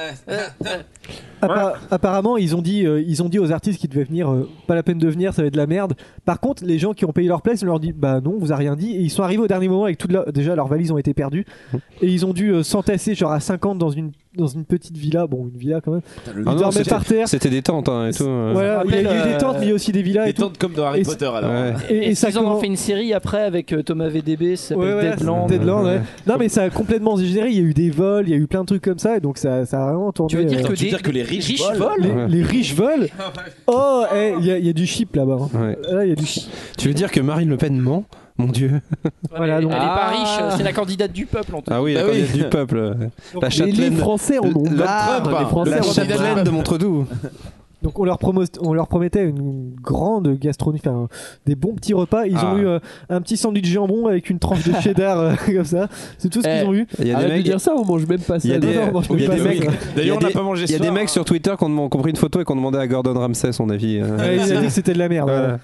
Appa- apparemment, ils ont dit, euh, ils ont dit aux artistes qui devaient venir, euh, pas la peine de venir, ça va être de la merde. Par contre, les gens qui ont payé leur place, on leur dit, bah non, vous a rien dit. Et ils sont arrivés au dernier moment avec toute la, déjà leurs valises ont été perdues
Mmh.
et ils ont dû euh, s'entasser genre à 50 dans une dans une petite villa, bon une villa quand même.
Ah
ils
non,
dormaient
c'était-
par terre.
C'était des tentes, hein, et tout. euh.
Voilà, il y a il y a eu des tentes, mais il y a aussi des villas
Ah,
Des
et tout.
tentes comme dans Harry
Et-
Potter alors.
Ouais.
Et, et
Et
ça
ils en ont
comment-
fait une série après avec euh, Thomas VDB, ça s'appelle euh,
Ouais, ouais,
Deadland.
Deadland, ouais. Non mais ça a complètement dégénéré. Il y a eu des vols, il y a eu plein de trucs comme ça, et donc ça, ça a vraiment tourné.
Tu veux dire
euh,
que,
tu veux
des-
dire que les riches
volent,
les,
Ouais.
les riches volent. Oh, eh, il y, a- il y a du chip là-bas. hein.
Ouais.
Là, il y a du chip.
Tu veux dire que Marine Le Pen ment Mon Dieu.
Voilà, donc-
Elle est pas riche,
Ah.
c'est la candidate du peuple en tout cas.
Ah oui, la
Bah oui.
candidate du peuple. La
Les, les
châtelaine.
Français en ont
Le-
Ah,
marre.
Trump,
les
hein.
Français
La
en ont
châtelaine.
marre.
châtelaine de Montredoux.
Donc on leur, promo- on leur promettait une grande gastronomie, enfin des bons petits repas. Ils
Ah.
ont eu euh, un petit sandwich jambon avec une tranche de cheddar euh, comme ça. C'est tout ce
Eh,
qu'ils ont eu.
Il y a des
Arrête de
mecs.
dire ça, on mange même pas ça.
Il y a
Non,
des,
non, on mange
il y a des
même pas ça.
mecs. il y a
D'ailleurs, on n'a
des-
pas mangé
Il y a
ce
des
soir,
mecs
hein.
Ah,
sur Twitter qui ont, demand- qui ont pris une photo et qui ont demandé à Gordon Ramsay son avis. euh.
Ouais, il a dit que c'était de la merde.
Voilà.
ouais.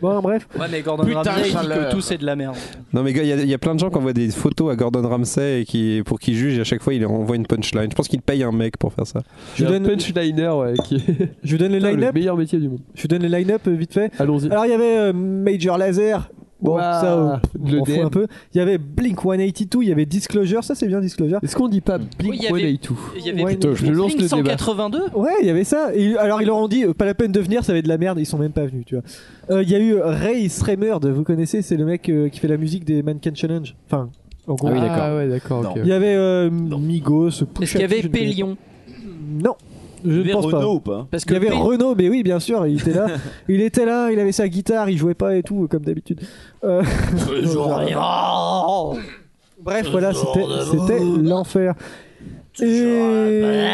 Bon, bref.
Ouais, mais Gordon
Putain,
Ramsay dit
chaleur.
que tout c'est de la merde.
Non mais gars, il y, a- il y a plein de gens qui envoient des photos à Gordon Ramsay et qui, pour qu'il juge et à chaque fois il leur envoie une punchline. Je pense qu'il paye un mec pour faire ça.
Je donne punchliner, ouais. Qui est...
Je vous donne les
le
line-up.
meilleur métier du monde.
Je vous donne les line-up euh, vite fait.
Allons-y.
Alors il y avait euh, Major Laser. Bon,
Ouah,
ça, euh,
le
on fout
DM.
un peu. Il y avait Blink 182, il y avait Disclosure, ça c'est bien Disclosure.
Est-ce qu'on dit pas
Oui, il y avait- il y avait
Putain, je lance le débat.
182
Ouais, il y avait ça. Et alors ils leur ont dit euh, pas la peine de venir, ça va être de la merde. Ils sont même pas venus, tu vois. Euh, Il y a eu Ray Sremmerd, vous connaissez, c'est le mec euh, qui fait la musique des Mannequin Challenge. Enfin, en gros.
Ah oui, d'accord. Ah ouais, d'accord, ok.
Il y avait euh, Migos, Pusha
Est-ce qu'il y avait
T, je ne connais-
Pélion
Non. Je ne pense pas.
Parce
il y
que
avait
P-
Renault, mais oui, bien sûr, il était là. il était là, il avait sa guitare, il jouait pas et tout, comme d'habitude. Euh, Bref, voilà, c'était c'était l'enfer. Et...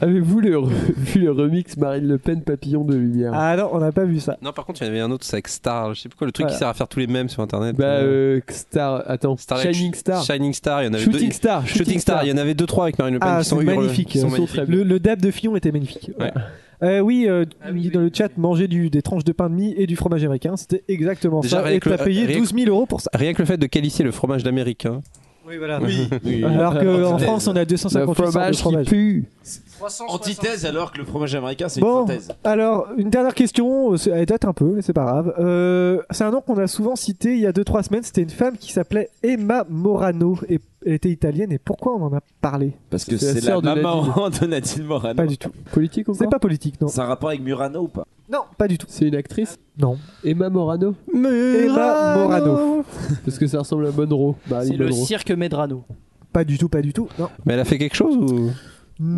Avez-vous le re- vu le remix Marine Le Pen Papillon de Lumière
Ah non, on n'a pas vu ça.
Non, par contre, il y en avait un autre, c'est avec Star. Je sais plus quoi, le truc
Voilà.
qui sert à faire tous les mêmes sur internet.
Bah,
Euh,
euh, Star, attends,
Starlight-
Shining Star.
Shining Star, il y en avait
Shooting
deux.
Star,
Shooting,
Shooting
Star,
Star.
il y en avait deux trois avec Marine Le Pen
Ah,
qui sont
c'est
hurlants,
magnifique.
qui sont
euh,
magnifiques.
Le, le dab de Fillon était magnifique.
Ouais.
Euh, oui, euh,
Ah
il dit dans le chat, manger du, des tranches de pain de mie et du fromage américain, c'était exactement ça. Et t'as payé 12 000 euros pour ça.
Rien que le fait de qualifier le fromage hein. d'américain.
Oui, voilà.
Oui. Oui.
Alors qu'en France, on a 258 sortes de Bah, fromage.
Antithèse alors que le fromage américain c'est
Bon,
une synthèse.
alors une dernière question, euh, c'est- elle date un peu, mais c'est pas grave. Euh, c'est un nom qu'on a souvent cité il y a 2-3 semaines, c'était une femme qui s'appelait Emma Morano, et elle était italienne, et pourquoi on en a parlé
Parce que
C'est la
c'est la,
sœur de
maman de Nadine Morano.
Pas du tout.
Politique
C'est pas politique, non.
C'est un rapport avec Murano ou pas
Non, pas du tout.
C'est une actrice
Non.
Emma Morano
Emma Morano.
Parce que ça ressemble à Monroe. Bah,
C'est le cirque Medrano.
Pas du tout, pas du tout, non.
Mais elle a fait quelque chose ou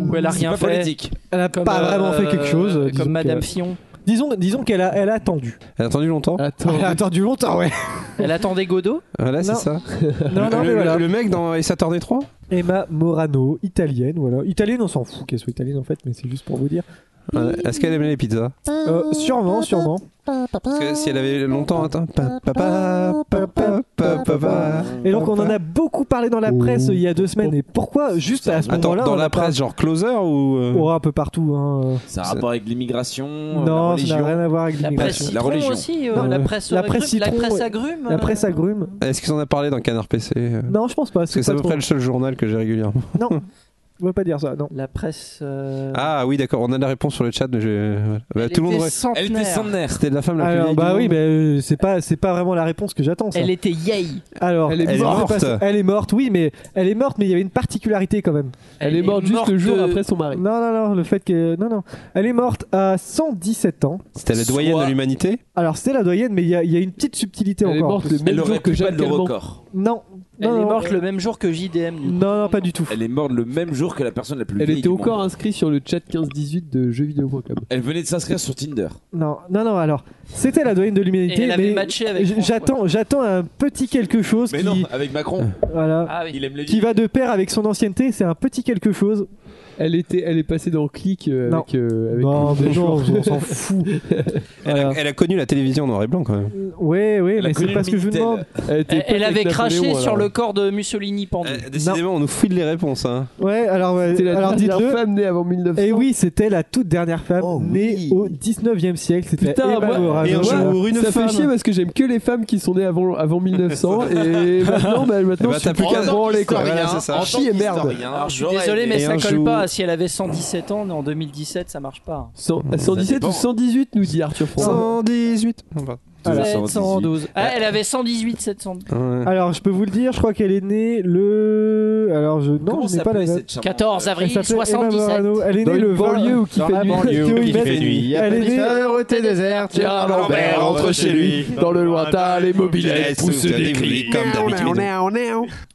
Ou elle a rien fait.
Elle a
Comme,
pas vraiment fait
euh,
quelque chose. euh, disons
Comme Madame
que-
Fillon.
Disons, disons qu'elle a, elle a attendu.
Elle a attendu longtemps
Elle a attendu longtemps, ouais.
Elle attendait Godot
Voilà, c'est
Non. Ah
ça.
Non, non,
le,
mais voilà.
le mec dans Et Saturday 3
Emma Morano, italienne, voilà. Italienne, on s'en fout qu'elle soit italienne en fait, mais c'est juste pour vous dire.
Euh, Est-ce qu'elle aimait les pizzas
Euh, sûrement, sûrement.
Parce que si elle avait longtemps atteint. Pa, pa, pa, pa, pa, pa, pa, pa.
Et donc on en a beaucoup parlé dans la presse il y a deux semaines. Et pourquoi juste à ce
Oh. Attends,
moment-là
dans
on
la
a pas-
presse, genre closer ou. euh,
Oh, un peu partout. Hein.
C'est un rapport avec l'immigration, la
Non, ça
religion.
n'a rien à voir avec
La
l'immigration.
presse La citron religion. aussi, euh,
Non.
la presse
la presse
agrume, la
citron,
presse euh,
ouais.
agrume,
La presse agrume.
Est-ce qu'ils en ont parlé dans Canard PC euh
Non, je pense pas.
Parce que c'est à
pas
peu
trop-
près le seul journal que j'ai régulièrement.
Non, on va pas dire ça. Non.
La presse. euh,
Ah oui, d'accord, on a la réponse sur le chat, mais je. voilà. Bah,
Elle
tout le monde.
était
aurait-
centenaire. Elle était centenaire.
C'était la femme la plus
Alors,
vieille.
bah
du
oui,
monde.
mais euh, c'est pas, c'est pas vraiment la réponse que j'attends. ça.
Elle était yay.
Alors,
Elle est
c'est
morte.
pas ça. Elle est morte, oui, mais elle est morte, mais il y avait une particularité quand même.
Elle est morte juste le jour
euh,
après son mari.
Non, non, non, le fait que. Non, non. Elle est morte à 117 ans.
C'était la doyenne de l'humanité
Alors, c'est la doyenne, mais il y, a- il y a une petite subtilité
Elle est
encore. en
morte
plus.
le même jour que Jacques Calment.
Non.
Elle
non,
est
non,
morte
euh,
le même jour que JDM. du coup.
Non, non, pas du tout.
Elle est morte le même jour que la personne la plus
Elle
vieille
était
du
encore
monde.
inscrite sur le chat 15-18 de jeuxvideo.com.
Elle venait de s'inscrire sur Tinder.
Non, non, non, alors, c'était la doyenne de l'humanité.
Et elle avait
mais
matché avec
j-
Franck,
J'attends, j'attends un petit quelque chose
Mais
qui,
non, avec Macron.
voilà,
Il aime Ah, le
qui va de pair avec son ancienneté, c'est un petit quelque chose.
Elle était, elle est passée dans Click euh,
Non.
avec. euh, avec
Non,
Click
mais
des
non,
jours.
on s'en fout.
Elle, a, elle a connu la télévision en noir et blanc quand même.
Ouais, ouais,
Elle a
mais c'est
connu
pas
le
ce que je vous
Minitel.
demande.
Elle, elle avait craché sur le corps de Mussolini pendu.
Euh, Décidément, on nous fouille de les réponses. Hein.
Ouais, alors, ouais,
C'était la
alors
dernière
dites-le.
femme née avant 1900.
Et Eh oui, c'était la toute dernière femme
Oh
née au 19e siècle. C'était
Putain,
Emma
moi-
Morano.
moi, ça fait chier parce que j'aime que les femmes qui sont nées avant, avant 1900 et maintenant, bah, maintenant
Eh ben,
je suis
t'as plus qu'à-
pas branlé quoi.
Voilà, c'est ça.
Chier, merde.
Alors, je suis
J'aurais
désolé,
aimé.
mais
Et
ça
un
colle
jour-
pas. Si elle avait 117 ans, en 2017, ça marche pas.
Cent- 117 ou 118 nous dit Arthur François.
118.
Alors,
712. Ah, elle avait 118, 712.
Alors, je peux vous le dire, je crois qu'elle est née le. Alors, je. Non,
Comment
je n'ai pas la
s'appelait
date.
cette charmante- 14 avril
Elle s'appelait Emma
77.
Morano. Elle est
Dans
née
une
le 20
banlieue où qui
Dans
fait
la
nuit.
banlieue
Qui
où
fait
il
nuit.
fait- Elle est née.
route déserte, Gérard
Lambert
entre chez lui. Dans le
bah,
lointain, les mobilettes poussent des cris. Comme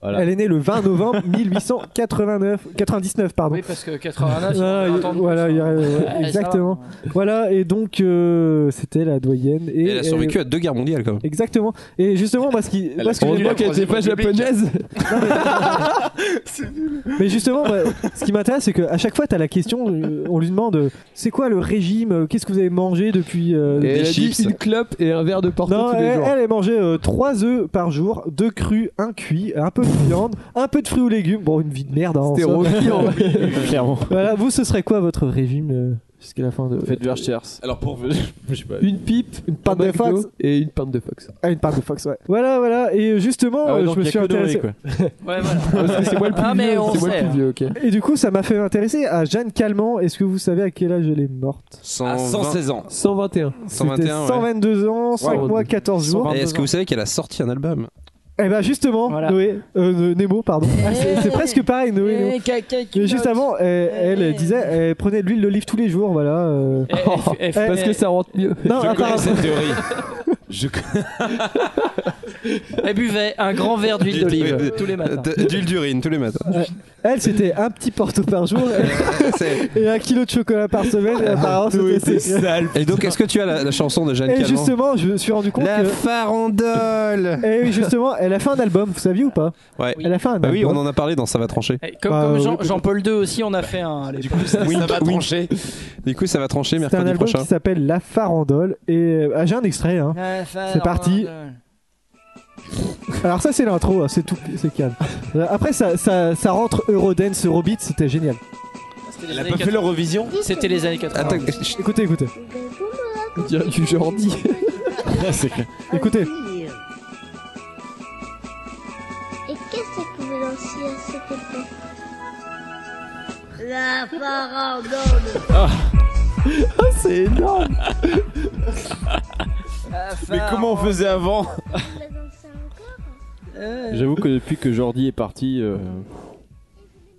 Elle est née le 20 novembre 1889, 99 pardon.
Oui, parce que 89,
Ah, il- voilà, il y a- euh,
ça va.
exactement. Voilà et donc euh, c'était la doyenne et
Elle a survécu à deux guerres mondiales quand même.
Exactement. Et justement, parce qui,
a
moi, ce que
connu
j'aime
la
bien-
Troisième République.
Mais justement, moi, ce qui m'intéresse, c'est qu'à chaque fois, t'as la question, euh, on lui demande euh, c'est quoi le régime euh, Qu'est-ce que vous avez mangé depuis euh,
Et elle a dit une clope et un verre de porto
Non,
tous les
elle,
jours.
elle, elle mangeait 3 œufs par jour, 2 crus, 1 cuit, un peu de viande, un peu de fruits ou légumes. Bon, une vie de merde. Hein, en
C'était
somme.
Rocky en vrai.
Voilà, vous, ce serait quoi votre régime euh,
jusqu'à la fin de.
Faites Versters.
Alors pour
Je sais pas.
une pipe, une
pinte de fox.
et une pinte de fox.
Ah, une part de Fox, ouais. Voilà, voilà. Et justement,
Ah ouais,
euh,
donc
je me
y a
suis
que Doré,
intéressé.
quoi.
Ouais,
Ah, parce que c'est moi le plus
Ah, mais
vieux,
on
c'est moi le
sait,
plus
hein.
vieux, ok.
Et du coup, ça m'a fait m'intéresser à Jeanne Calment. Est-ce que vous savez à quel âge elle est morte
À 116 ans.
121.
C'était
121, ouais.
122 ans, 5
Wow.
mois, 14 jours.
Et est-ce que vous savez qu'elle a sorti un album
Eh ben justement, Noé, euh, euh, Nemo, pardon. Ah, c'est c'est presque pareil, Noé. Nemo. Mais juste avant, euh, elle, disait, elle prenait de l'huile d'olive tous les jours, voilà. euh.
eh,
Oh,
Parce que
ça rentre mieux.
Non, apparemment.
Je
Elle buvait un grand verre d'huile d'olive tous les
Bah,
matins.
De- D'huile d'urine tous les matins.
Ouais. Elle, c'était un petit porto par jour
C'est-
et un kilo de chocolat par semaine.
Ah,
Et apparemment, c'était
Et donc, est-ce que tu as la, la chanson de Jeanne
Et
Calment
justement, je me suis rendu compte
La
que.
farandole
Et oui, justement, elle a fait un album, vous saviez ou pas
Ouais.
Elle a fait un
Bah oui,
album.
on en a parlé dans Ça va trancher.
Eh, Comme,
Bah,
comme
oui,
Jean,
peut-être.
Jean-Paul II aussi, on a fait un. les-
ça va trancher. Du coup, ça va trancher
C'est un
mercredi
album
prochain.
qui s'appelle La Farandole. Et euh, ah, j'ai un extrait. Hein. C'est parti. Alors ça c'est l'intro, hein, c'est tout, c'est calme. Euh, Après ça, ça, ça rentre Eurodance, Eurobeat, c'était génial.
C'était
Elle
les
a
années
pas fait
80.
l'Eurovision
C'était les années 80.
Écoutez, écoutez.
du Jordi.
Écoutez.
Et qu'est-ce que vous lanciez à cette époque La farandole
c'est énorme.
Mais comment on faisait avant
Eh,
J'avoue que depuis que Jordi est parti, euh,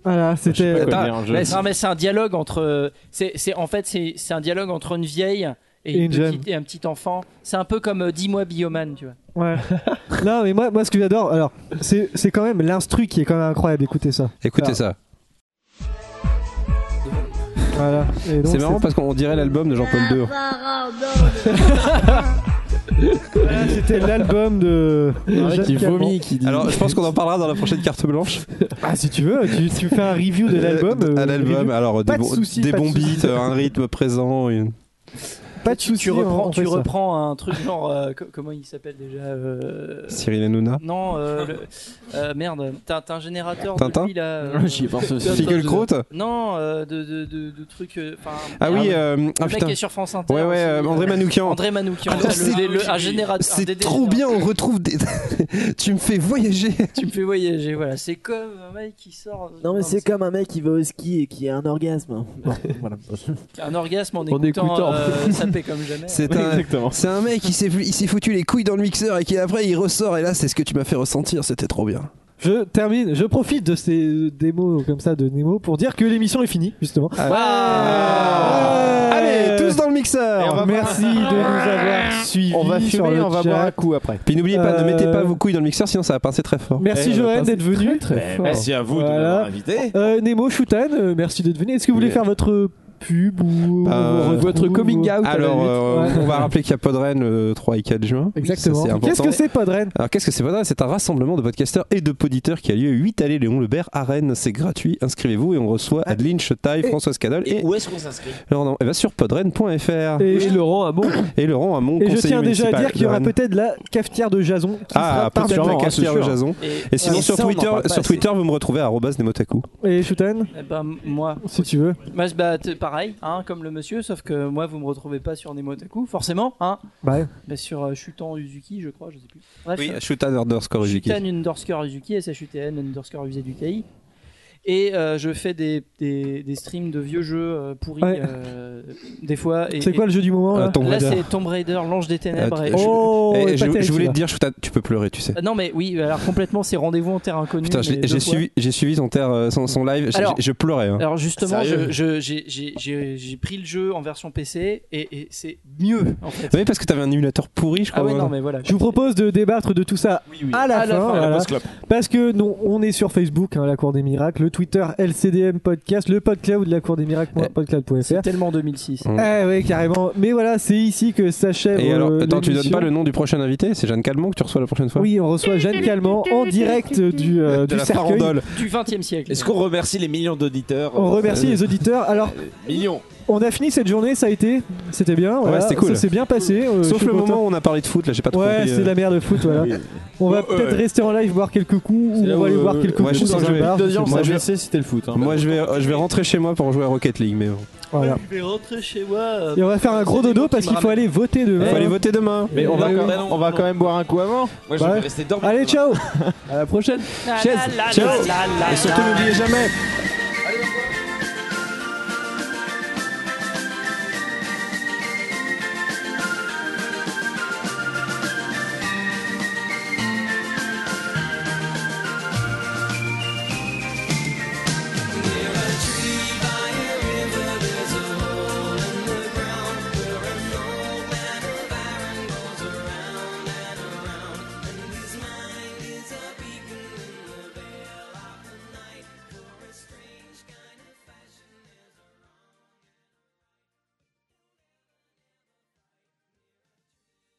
Voilà,
pas
c'était.
quoi dire, je-
non mais c'est un dialogue entre c'est c'est- en fait c'est c'est un dialogue entre une vieille et,
Et
une
une jeune.
petite- et un petit enfant c'est un peu comme euh, dis-moi Bioman tu vois
Ouais. non mais moi, moi ce que j'adore, alors c'est c'est quand même l'instru qui est quand même incroyable. Écoutez ça.
Écoutez
Alors,
ça.
Voilà. Et donc,
C'est marrant parce qu'on dirait l'album de Jean-Paul II.
Ah, Voilà, C'était l'album de. de Jeanne Calment.
Alors, je pense qu'on en parlera dans la prochaine carte blanche.
Ah si tu veux, tu, tu fais un review de l'album.
Euh,
euh,
à l'album,
review.
alors des,
pas de
bons-
soucis,
des
pas de
bons
soucis.
beats, euh, un rythme présent. une-
Pas de soucis,
tu
hein,
reprends
on
tu
fait ça.
reprends un truc genre euh, co- comment il s'appelle déjà euh,
Cyril Hanouna.
non euh, le- euh, merde t'as t'as un générateur
Tintin
de lui, là
J'y ai pensé aussi.
Tintin,
Finkielkraut
de- non euh, de, de, de, de trucs euh, enfin,
Ah oui,
merde.
euh, ah
le mec
putain.
qui est sur France Inter
Ouais, ouais,
aussi,
euh, André
euh,
Manoukian.
André Manoukian
Alors,
le-
c'est-
le- un générateur un
C'est
DD
trop bien, on retrouve des. tu me fais voyager.
Tu me fais voyager, voilà. C'est comme un mec qui sort. euh,
Non, mais c'est comme un mec qui va au ski et qui a un orgasme.
Un orgasme en
En
écoutant.
écoutant.
euh, ça paie comme jamais.
C'est un, c'est un mec qui s'est, il s'est foutu les couilles dans le mixeur et qui après il ressort et là c'est ce que tu m'as fait ressentir, c'était trop bien.
Je termine, je profite de ces euh, démos comme ça de Nemo pour dire que l'émission est finie, justement.
Ah
Allez, tous dans le mixeur.
Merci de nous avoir suivis.
On va
sur le
fumer, on va
chat.
boire un coup après. Puis n'oubliez pas, ne
Euh,
mettez pas vos couilles dans le mixeur sinon ça va pincer très fort.
Merci Joël d'être venu.
bah, fort. merci Eh, à vous de m'avoir invité.
Euh, Nemo, Shoutan, euh, merci d'être venu. Est-ce que vous voulez faire votre pub ou
Euh,
ou votre coming out à la
Alors,
limite
euh,
Ouais.
on va rappeler qu'il y a Podren le 3 et 4 juin.
Exactement.
Ça, c'est
Qu'est-ce
important.
que c'est Podren
Alors, qu'est-ce que c'est Podren C'est un rassemblement de podcasteurs et de poditeurs qui a lieu 8 allées Léon Lebert à Rennes. C'est gratuit. Inscrivez-vous et on reçoit
Ah.
Adeline Chetaille, Françoise Cadol et.
Où est-ce qu'on s'inscrit
Alors, non, elle va ben, sur podren.fr.
Et- Et
Laurent Hamon. Et Laurent Hamon,
Et je
conseiller
tiens déjà à
municipal
dire qu'il y aura
de Rennes.
peut-être la cafetière de Jason qui
Ah,
sera par
peut-être la
Jason.
cafetière de Jason. Et,
Et-
sinon,
et
sur,
ça, on en
Twitter,
parle pas
sur
assez.
Twitter, vous me retrouvez à Nemotaku.
Et Shoutan,
Eh ben, moi.
si tu veux.
Moi, je- bah, t- pareil, hein, comme le monsieur, sauf que moi, vous me retrouvez pas sur Nemo Otaku, forcément, hein.
Bah ouais.
Mais sur euh, Shutan Uzuki, je crois, je sais plus. Bref,
Oui,
euh,
Shutan underscore Uzuki.
Shutan underscore Uzuki, SHUTN underscore UZ du KI. Et euh, je fais des, des, des streams de vieux jeux euh, pourris,
Ouais.
euh, des fois. et-
C'est
et-
quoi le jeu du moment là
Euh, Tomb
Là,
Raider.
c'est Tomb Raider, l'ange des ténèbres.
Ah,
et-
tu-
Oh,
Eh,
et pas
je,
terrible,
je voulais
celui-là.
te dire, Shutan, tu peux pleurer, tu sais.
Ah Non mais oui, alors complètement c'est rendez-vous en terre inconnue.
Putain, j'ai
mais deux
j'ai
fois.
suivi, j'ai suivi son, terre, euh, son, son live, j'ai-
Alors-
j'ai- je pleurais. hein.
Alors justement, je- je- j'ai j'ai- j'ai- j'ai pris le jeu en version PC et, et c'est mieux en fait.
Oui, parce que t'avais un émulateur pourri, je
Ah
crois.
ouais, non mais voilà.
Je vous propose de débattre de tout ça à la
À la
fin,
fin, à la
voilà.
post-clope.
parce que non, on est sur Facebook, hein, la Cour des Miracles, le Twitter LCDM Podcast, le PodCloud de la Cour des Miracles,
Eh,
C'est
podcloud.fr.
tellement 2006.
Eh ouais, carrément. Mais voilà, c'est ici que s'achève.
Et alors,
euh,
attends, tu donnes
l'émission.
pas le nom du prochain invité C'est Jeanne Calment que tu reçois la prochaine fois
Oui, on reçoit Jeanne Calment en direct du, euh,
De
du
la
cercueil.
farandole.
Du 20 e siècle.
Est-ce qu'on remercie les millions d'auditeurs
On remercie les auditeurs. Alors,
Millions.
on a fini cette journée, ça a été, c'était bien.
Ouais,
voilà.
c'était cool.
Ça s'est bien passé. euh, je
Sauf
suis
le
content.
moment où on a parlé de foot, là, j'ai pas trop
Ouais,
compris. euh.
c'est de la merde de foot, voilà. On va peut-être rester en live, voir quelques coups, ou Ah, on
euh,
va aller voir quelques
Moi, euh, je
coups
sens
dans
que je
un
vais-
bar.
Moi, je vais-
c'était le foot.
Moi, je vais, euh, je vais rentrer chez moi pour jouer à Rocket League, mais bon.
Voilà.
Je vais rentrer chez moi. euh,
Et on va faire un gros
c'est des mots
dodo
qui
parce
me
qu'il faut
ramènent.
aller voter demain.
Eh, Faut aller voter demain.
Mais on va, quand, même, on va quand même boire un coup avant.
Moi, je vais Bah ouais. rester dormir Allez, demain. ciao.
À la prochaine.
La, la, la,
Ciao.
la, la, la,
Et surtout,
la.
n'oubliez jamais,